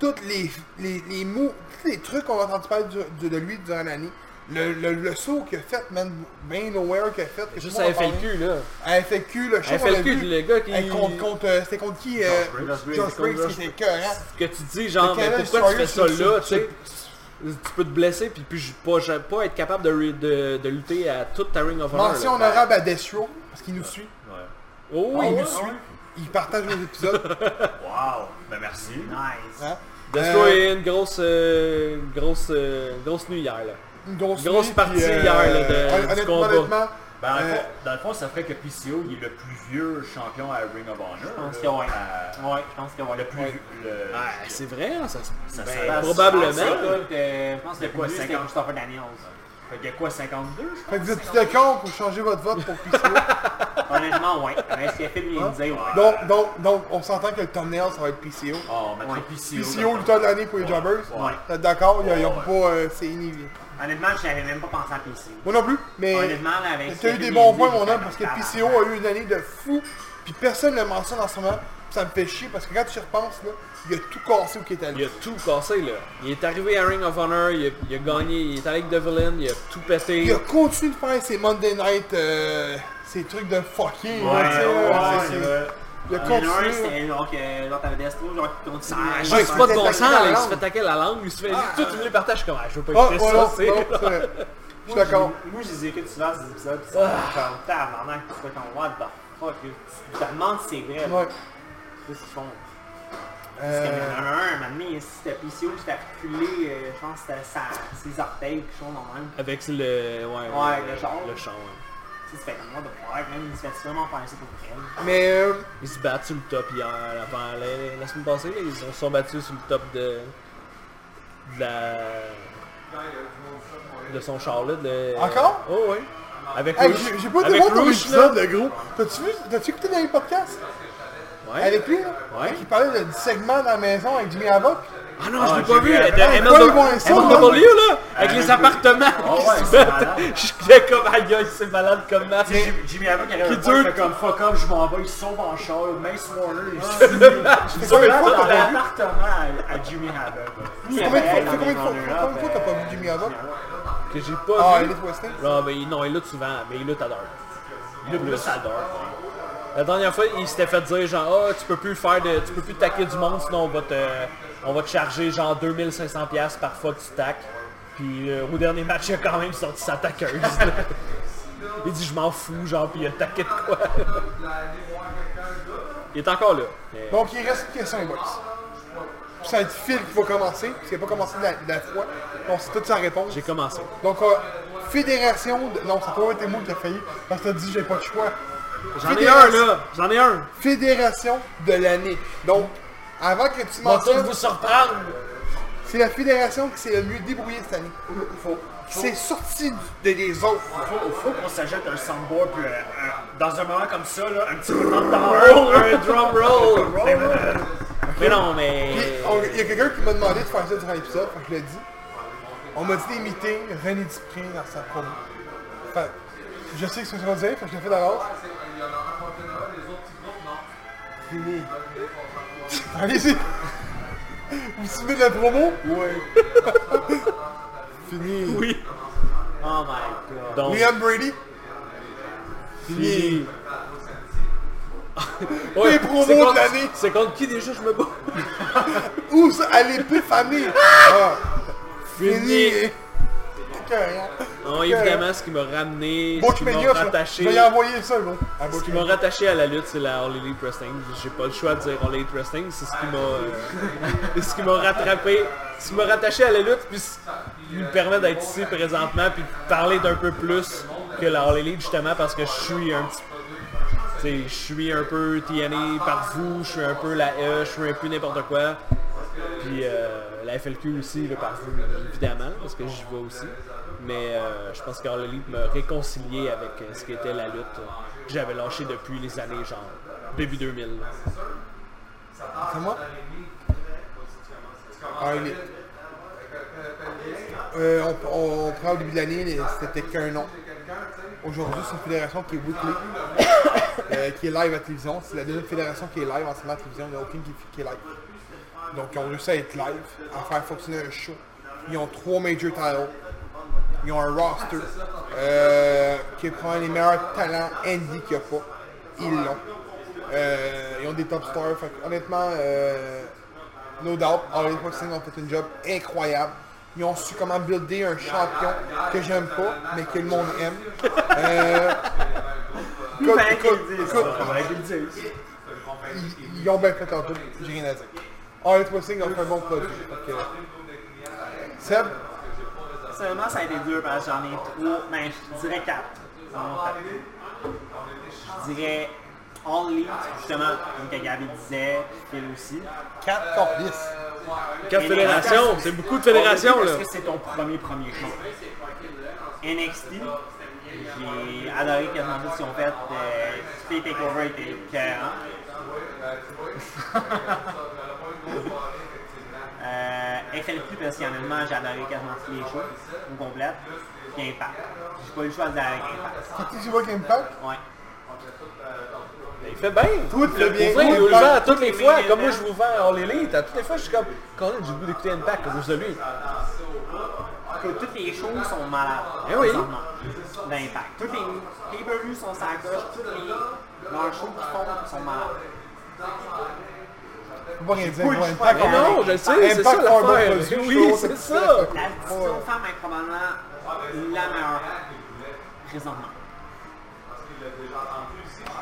A: toutes les, les, les mots, tous les trucs qu'on a entendu parler du- de, de lui durant l'année. Le, le, le saut qu'il a fait, man, bien nowhere qu'il a fait. que
C: Juste
A: tout le
C: à
A: monde a parlé.
C: FLQ là.
A: À FLQ, le show.
C: À
A: qu'on a
C: FLQ,
A: vu.
C: le gars qui
A: Hey, contre, contre, euh, c'était contre qui euh,
D: Josh Briggs.
A: Josh Briggs,
C: Josh
A: qui était écœurant.
C: que tu dis genre
A: Le
C: mais
A: Canal
C: pourquoi tu
A: Destroyer,
C: fais
A: c'est-
C: ça là, tu
A: c'est-
C: sais. Tu peux te blesser puis puis je- pas, je- pas être capable de, re- de, de lutter à toute ta Ring of Honor.
A: Mention
C: là.
A: honorable à Ah Death Row, parce qu'il nous suit.
D: Ouais.
C: Oh
A: il
C: oui,
A: nous suit. Il partage nos épisodes.
D: Wow. Ben merci.
B: Nice.
A: hein.
C: Destroy une grosse, euh, grosse, euh, grosse nuit hier là.
A: Une grosse,
C: Grosse
A: nuit,
C: partie
A: puis, euh,
C: hier, là, de-
A: hon-
C: du
A: honnêtement,
C: combat.
A: honnêtement,
D: Ben, dans, le
A: Euh,
D: fond, dans le fond, ça ferait que PCO il est le plus vieux champion à Ring of Honor. Je
B: pense que ouais. Ouais, je pense que ouais.
D: le plus le-
C: Ah, c'est vrai, hein, ça, se-
D: Ça
C: ben,
D: se passe.
C: probablement.
D: Ça,
C: là.
B: Écoute, euh, je pense que le
D: quoi,
B: plus c'était
D: 50?
B: Christopher Daniels.
D: Fait qu'il y a quoi, 52, je
A: fait que vous êtes tout d'accord pour changer votre vote pour PCO.
B: Honnêtement, ouais. Avec ce qu'il a fait, lui,
D: Ah.
B: il me disait, ouais.
A: donc, donc, donc, on s'entend que le thumbnail, ça va être PCO.
D: pense? Oh, on mettrait
B: Ouais.
D: PCO.
A: PCO,
D: là.
A: lutteur de l'année pour les
D: Ouais,
A: Jobbers.
D: ouais.
A: Vous êtes d'accord? Il y a, il y a
D: Ouais.
A: pas... euh, c'est inévitable.
B: Honnêtement, j'avais même pas pensé à PC.
A: Moi non plus, mais...
B: Honnêtement, là, avec ce
A: T'as eu
B: qu'il
A: des
B: a
A: bons
B: fait,
A: points,
B: il me
A: mon
B: disait,
A: homme, parce que
B: ah,
A: PCO a eu une année de fou, puis personne ne le mentionne en ce moment, puis ça me fait chier, parce que quand tu y repenses, là, il a tout cassé au
C: Il a
A: Kétali.
C: tout cassé là. Il est arrivé à Ring of Honor, il a, il a gagné, il est allé avec Devlin, il a tout pété.
A: Il a continué de faire ses Monday Night, euh, ses trucs de fucking,
D: Ouais,
A: là, tu sais, là,
D: ouais,
A: c'est-
D: c'est vrai.
A: Il a
B: Il y en a un,
A: continué.
B: c'était genre que l'autre avait Destro, genre qui continue.
C: Ah,
A: Ouais,
C: je
A: il se
C: pas de
A: fait
C: bon
A: attaquer la
C: sens, là, il se
A: langue.
C: fait attaquer la langue, il se fait tout le milieu par terre, je suis comme, ah, je veux pas
A: Ah,
C: écouter
A: ouais,
C: ça,
A: non,
C: c'est...
A: non, c'est vrai. Je suis
B: Moi,
A: d'accord.
B: j'ai- Moi, je les écoute souvent ces épisodes, pis ça me comme tabarnak, tu fais comme, what the fuck, là. tu te demandes si c'est vrai, là.
A: Ouais.
B: qu'est-ce qu'ils font. Parce qu'il y en
A: Euh,
B: a un, un moment donné, c'était PCO, j'étais reculé, euh, je pense que c'était sa- ses orteils, quelque chose dans le même.
C: Avec le... Ouais,
B: Ouais, le char.
C: Le char, ouais.
B: Tu sais, tu fais comme moi, de voir, même, il se fait sûrement faire ça pour elle.
A: mais euh,
C: Ils se battent sur le top hier, avant la, la semaine passée, là, ils se sont battus sur le top de... de la... de son char, là, de...
A: Encore?
C: Oh, ouais. Avec
A: hey,
C: Rouge.
A: j'ai- j'ai pas été
C: Avec
A: voir ton
C: Rouge, là.
A: épisode, le gros. T'as-tu vu- t'as-tu écouté dans les podcasts?
C: Ouais.
A: Avec lui, là?
C: Ouais.
A: Qui parlait de- du segment dans la maison avec Jimmy Havoc.
C: Ah non, je l'ai
D: Ah,
C: pas
D: j'ai
C: vu.
D: vu. Ah,
C: Elle était
A: Ah,
C: MLW,
A: pas les voir ça,
C: MLW, là, avec les appartements.
D: ouais,
C: qui se
D: c'est
C: battent.
D: malade.
C: J'étais comme, aïe, aïe, c'est malade comme match.
D: Tu sais, Jim- Jimmy Havoc, il
C: Qui
D: arrive pas, il
C: dure-
D: fait comme fuck up, je m'en vais, il se sauve en char, Mace Warner, il se
C: Le match,
A: C'est
C: ça,
A: combien de
C: là,
A: fois
D: dans
A: t'as pas vu?
D: l'appartement à, à Jimmy Havoc.
A: C'est combien de fois- c'est combien de fois- combien de fois t'as pas vu Jimmy Havoc?
C: Que j'ai
A: Ah,
C: pas vu.
A: Elite Westing.
C: Non, mais ben, il- non, il lutte souvent, mais il lutte à Dark. Il lutte plus à Dark. ouais. La dernière fois, il s'était fait dire genre, ah, tu peux plus faire de, tu peux plus taquer du monde, sinon on va te, on va te charger genre 2500$ piastres par fois que tu taques. Puis euh, au dernier match, il a quand même sorti sa taqueuse. là. Il dit, je m'en fous, genre, puis il a taqué de quoi. Il est encore là. mais-
A: Donc il reste une question, les boys. Puis C'est un petit fil qui va commencer, parce qu'il n'a pas commencé de la, de la fois. Donc c'est toute sa réponse.
C: J'ai commencé.
A: Donc euh, fédération de... Non, ça doit être moi qui a failli, parce que t'as dit j'ai pas de choix.
C: J'en ai un là, j'en ai un.
A: Fédération de l'année. Donc, avant que tu
C: On va tous
A: mentionnes,
C: vous surprendre.
A: c'est la fédération qui s'est le mieux débrouillée cette année. Qui s'est sortie de- des autres.
D: Faut, faut qu'on s'ajoute un soundboard, puis euh, un- dans un moment comme ça, là, un petit peu de
C: Un drum roll. Mais non, mais.
A: Puis, on- Il y a quelqu'un qui m'a demandé de faire ça durant l'épisode, fait que je l'ai dit. On m'a dit des meetings, René Dupré dans sa promo. Fait que je sais ce que ça va dire, fait que je l'ai fait d'avance. Fini. Allez-y. Vous suivez de la promo? Oui. Fini.
C: Oui.
B: Oh my god.
C: Donc,
A: Liam Brady?
C: fini.
A: Les promos
C: c'est
A: de
C: contre-
A: l'année.
C: C'est contre qui déjà je me bats
A: Où ça? À l'épiphanie! Ah. Fini!
C: Fini. Non, évidemment, ce qui m'a ramené, ce
A: Butch
C: qui m'a
A: Mania, je vais- je
C: rattaché,
A: vais y envoyer ça, gros. À
C: ce
A: Butch
C: qui m'a
A: Mania.
C: rattaché à la lutte, c'est la All Elite Wrestling. J'ai pas le choix de dire All Elite Wrestling, c'est ce qui m'a, euh, ce qui m'a rattrapé, ce qui m'a rattaché à la lutte, puis ce qui me permet d'être ici présentement, puis de parler d'un peu plus que la All Elite justement parce que je suis un petit tu sais, je suis un peu TNA par vous, je suis un peu la E, je suis un peu n'importe quoi. Puis euh, la FLQ aussi, là, par vous, évidemment, parce que j'y vais aussi. Mais euh, je pense qu'All Elite m'a réconcilié avec euh, ce qu'était la lutte euh, que j'avais lâché depuis les années, genre début 2000. là.
A: Comment Ah, il est- Euh, on, on, on prend au début de l'année, les- c'était qu'un nom. Aujourd'hui, c'est une fédération qui est weekly, euh, qui est live à la télévision. C'est la deuxième fédération qui est live en ce moment à la télévision. Il n'y en a aucune qui, qui est live. Donc, ils ont réussi à être live, à faire fonctionner un show. Ils ont trois major titles. Ils ont un roster euh, qui prend les meilleurs talents indie qu'il n'y a pas. Ils l'ont. Euh, ils ont des top stars. Fait que, honnêtement, euh, no doubt, All Elite Wrestling ont fait un job incroyable. Ils ont su comment builder un champion que j'aime pas, mais que le monde aime. Euh, écoute,
B: fallait
A: écoute,
B: qu'il Ben, le dise,
A: écoute,
D: dire.
A: ils, ils ont bien fait en tout, j'ai rien à dire. All Elite Wrestling ont fait un bon produit. Fait que- Seb,
B: Seulement, ça a été dur parce que j'en ai trois, ben je dirais quatre. Ça m'en fait. Je dirais All Elite, justement, comme que Gabi disait, puis Phil aussi.
A: 4 contre 10.
C: Quatre fédérations, c'est beaucoup de fédérations là.
D: Est-ce que c'est ton premier premier show?
B: NXT, j'ai adoré quasiment tout ce qu'ils ont fait. Euh, Fate Takeover était écœurant. euh, FLQ, parce qu'honnêtement, j'ai adoré quasiment tous les shows, au complet. Puis Impact. J'ai pas eu le choix de dire avec Impact.
A: Tu vois Game Pack?
B: Ouais.
C: Il fait bien.
A: Tout le bien.
C: Pour vrai,
A: Tout
C: il nous
A: le
C: le vend
A: bien.
C: à toutes les
B: Tout le
C: fois,
B: bien.
C: comme moi je vous vends à All Elite, à toutes les fois je suis comme, quand j'ai le goût d'écouter Impact à cause de lui.
B: que toutes les shows sont malades.
C: Eh oui.
B: présentement, D'impact. Toutes les pay-per-views sont sur la gauche, toutes les leurs shows qu'ils font sont malades.
A: Faut pas rien dire.
D: Oui,
A: gros,
D: je
A: Impact,
D: suis
A: on-
B: pas-
C: Eh Non, je le sais, c'est ça
A: Impact for
C: l'affaire.
A: Bob Produce,
C: Oui,
A: show,
C: c'est
A: tout fait.
C: ça.
B: La distribution femme est probablement la meilleure présentement.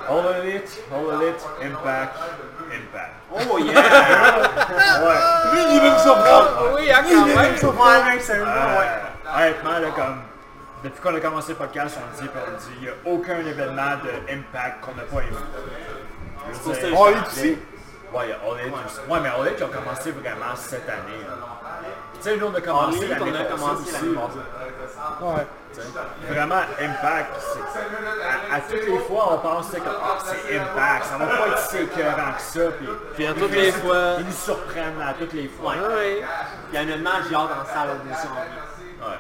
D: All of it, all of it, impact, impact.
B: Oh yeah!
D: Ouais.
A: Lui, il veut me surprendre.
C: Ah Oui, à quand même.
B: Moi, même sérieusement, ouais.
D: Euh, honnêtement, là, comme, depuis qu'on a commencé le podcast, on le dit, puis on le dit, il n'y a aucun événement de impact qu'on n'a pas aimé. Je veux
B: C'est
D: dire,
B: ça,
A: All Elite aussi?
D: Ouais, il y a All Elite aussi. Ouais, mais All Elite, ils ont commencé vraiment cette année. là. Tu sais, nous, on a
B: On
D: commencé
B: est
D: l'année
B: qu'on a
D: passée
B: commencé
D: aussi.
B: l'année passée.
A: Ouais.
D: Vraiment, Impact, c'est... À, à toutes les fois, on pense c'est comme, Ah, c'est Impact, ça va pas être si écœurant que ça. Puis,
C: Puis à toutes les fois.
D: Ils nous surprennent à toutes les fois.
C: Ouais.
B: Puis honnêtement, j'ai hâte d'en salle audition.
D: Ouais.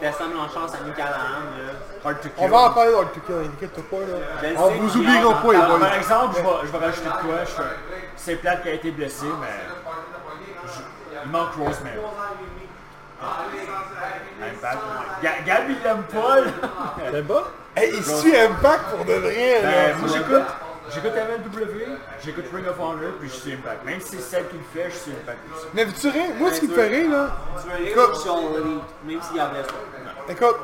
B: Personne n'en chance à Nick Callahan, là.
D: Hard to kill.
A: On va en parler dans le tutoriel, inquiète pas là.
B: Ben,
A: On
B: c'est
A: vous
B: qu'il y a
A: oubliera pas,
B: encore-
A: les
D: Alors,
A: boys.
D: par exemple, je vais, je vais rajouter de quoi. je fais- C'est plate qui a été blessé, mais je- il manque Rosemary. Ah, Impact, ouais. Ga- Gab, il l'aime pas. là.
C: T'es bas?
A: Hey, il suit Impact pour de vrai là.
D: Ben, moi, j'écoute, j'écoute MLW, j'écoute Ring of Honor, puis je suis Impact. Même si c'est celle qui le fait, je suis Impact aussi.
A: Mais tu rire? Moi, ce qui me fait rire là,
B: Tu veux aller
A: Écoute.
B: au show Elite, même s'il y en reste pas.
A: Écoute,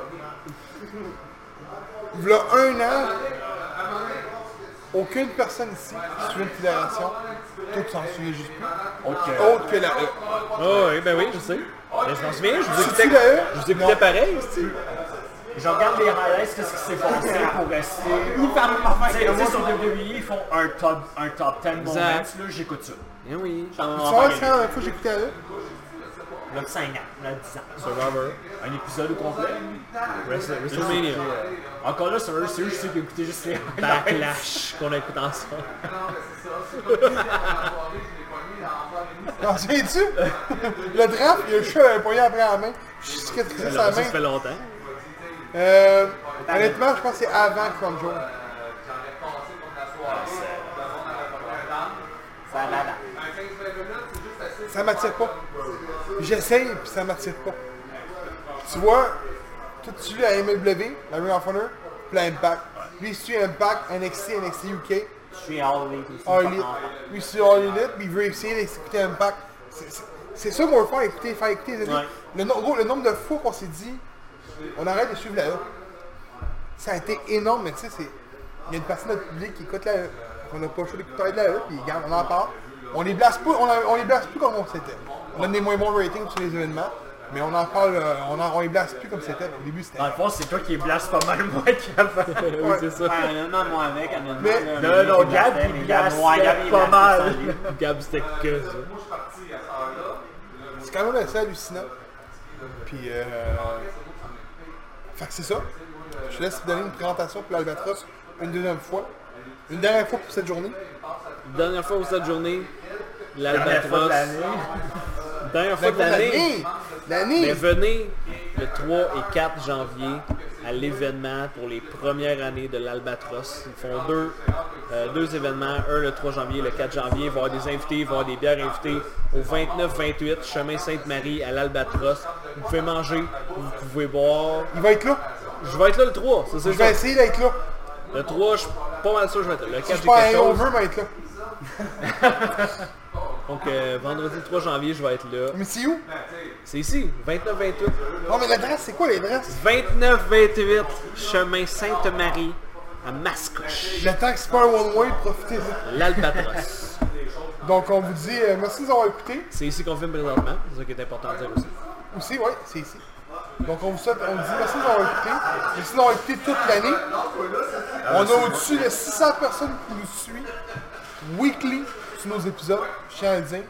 A: v'là un an, aucune personne ici qui suit une fédération, tout s'en suivait juste plus,
D: Ok.
A: autre que la E.
C: Oh, oui, ben oui, je sais. Mais je m'en souviens, je vous
A: C'est-tu la E?
C: écoutais, je vous écoutais pareil. c'est-
D: Je regarde les highlights, qu'est-ce qui s'est passé pour rester.
B: Il parle pas
D: Tu sais, tu sais, sur WWE, ils font un top, un top 10 moments, là,
C: Exact.
D: j'écoute ça.
C: Eh oui.
A: Tu vois, c'est quand la dernière fois que j'écoutais la E?
B: Il y a 5 ans, il y a 10 ans.
C: Survivor.
D: Un épisode au complet. Euh,
C: Wrestle- WrestleMania.
D: Encore là, sur eux, c'est eux, je sais qu'ils écoutaient juste les highlights.
C: Backlash qu'on écoute ensemble.
A: T'en souviens-tu? Le draft, il a le cheveu un poignet après la main. Je suis cicatrisé sur la
C: Ça, ça fait
A: main.
C: longtemps.
A: Euh, honnêtement, je pense que c'est avant Crumb Joe.
B: Ça a la date.
A: Ça m'attire pas. J'essaye, puis ça m'attire pas. Tu vois, tout tu la MLW, la Ring of Honor, puis la Impact. Lui, il suit Impact, NXT, NXT UK,
B: Je suis All Elite aussi.
A: All
B: pas
A: Elite.
B: content.
A: Lui, il suit All Elite, puis il veut essayer d'écouter Impact. C'est- c'est- C'est ça qu'on veut faire, écouter, faire écouter les années.
B: Ouais.
A: Le, no- gros, le nombre de fois qu'on s'est dit, on arrête de suivre la E. Ça a été énorme, mais tu sais, c'est- il y a une partie de notre public qui écoute la E. On n'a pas le choix d'écouter de la E, puis regarde, on en parle. On les blase pas, on, a- on les blase plus comme on s'était. On donne des moins bons ratings sur les événements, mais on en parle, euh, on, en- on les blase plus comme c'était. Au début, c'était...
D: Dans le fond, c'est toi qui blast pas mal moins qu'avant.
C: Oui, c'est ça.
B: Ouais, honnêtement, moi avec, honnêtement.
A: Mais-
B: là,
D: Non, non,
B: il
D: Gab,
B: blastait,
D: il
B: mais Euh, Gab,
D: blastait
B: ouais, Gab, il
D: pas
B: blastait
D: mal.
B: sans limite.
C: Gab, c'était que ça.
A: C'est quand même assez hallucinant. Puis, euh... Fait que c'est ça. Je te laisse te donner une présentation pour l'Albatros une deuxième fois. Une dernière fois pour cette journée.
C: Dernière fois où cette journée,
D: Première fois de
C: l'Albatros.
D: l'année.
C: Dernière fois de l'année. Mais
A: L'année!
C: venez le 3 et 4 janvier à l'événement pour les premières années de l'Albatros. Ils font deux, euh, deux événements, un le 3 janvier, le 4 janvier. Il va y avoir des invités, il va y avoir des bières invitées au 29-28 chemin Sainte-Marie à l'Albatros. Vous pouvez manger, vous pouvez boire.
A: Il va être là!
C: Je vais être là le 3, ça c'est
A: Je vais
C: sûr.
A: essayer d'être là!
C: Le 3, je suis pas mal sûr que je vais être là. Le 4,
A: Si je
C: j'ai
A: prends un
C: quelque chose.
A: over, il va être là.
C: Donc euh, vendredi le 3 janvier, je vais être là.
A: Mais c'est où?
C: C'est ici, 29-28.
A: Non mais l'adresse, c'est quoi l'adresse?
C: 29-28 chemin Sainte-Marie à Mascouche.
A: Le temps que c'est pas un one way, profitez-en.
C: L'Albatros.
A: Donc on vous dit euh, merci de nous avoir écoutés.
C: C'est ici qu'on filme présentement, c'est ça qui est important à dire aussi.
A: Aussi, oui, c'est ici. Donc on vous souhaite, on vous dit merci de nous avoir écoutés. Merci de nous avoir écoutés toute l'année. On a au-dessus de 600 personnes qui nous suivent weekly sur nos épisodes, je tiens à le dire.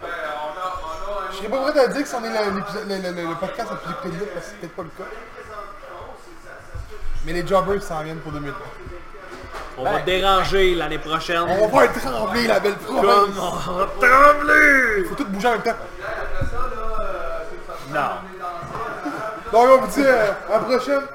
A: Je serais pas prêt à dire que c'en est la- l'épisode- le, le- le- le podcast le plus écouté de l'autre, parce que c'est peut-être pas le cas. Mais les jobbers s'en viennent pour 2020.
C: On va déranger l'année prochaine.
A: On va être tremblés, la belle province!
C: Comme on va trembler!
A: Faut tout bouger en même temps.
D: Non.
A: Donc on vous dit euh, à la prochaine.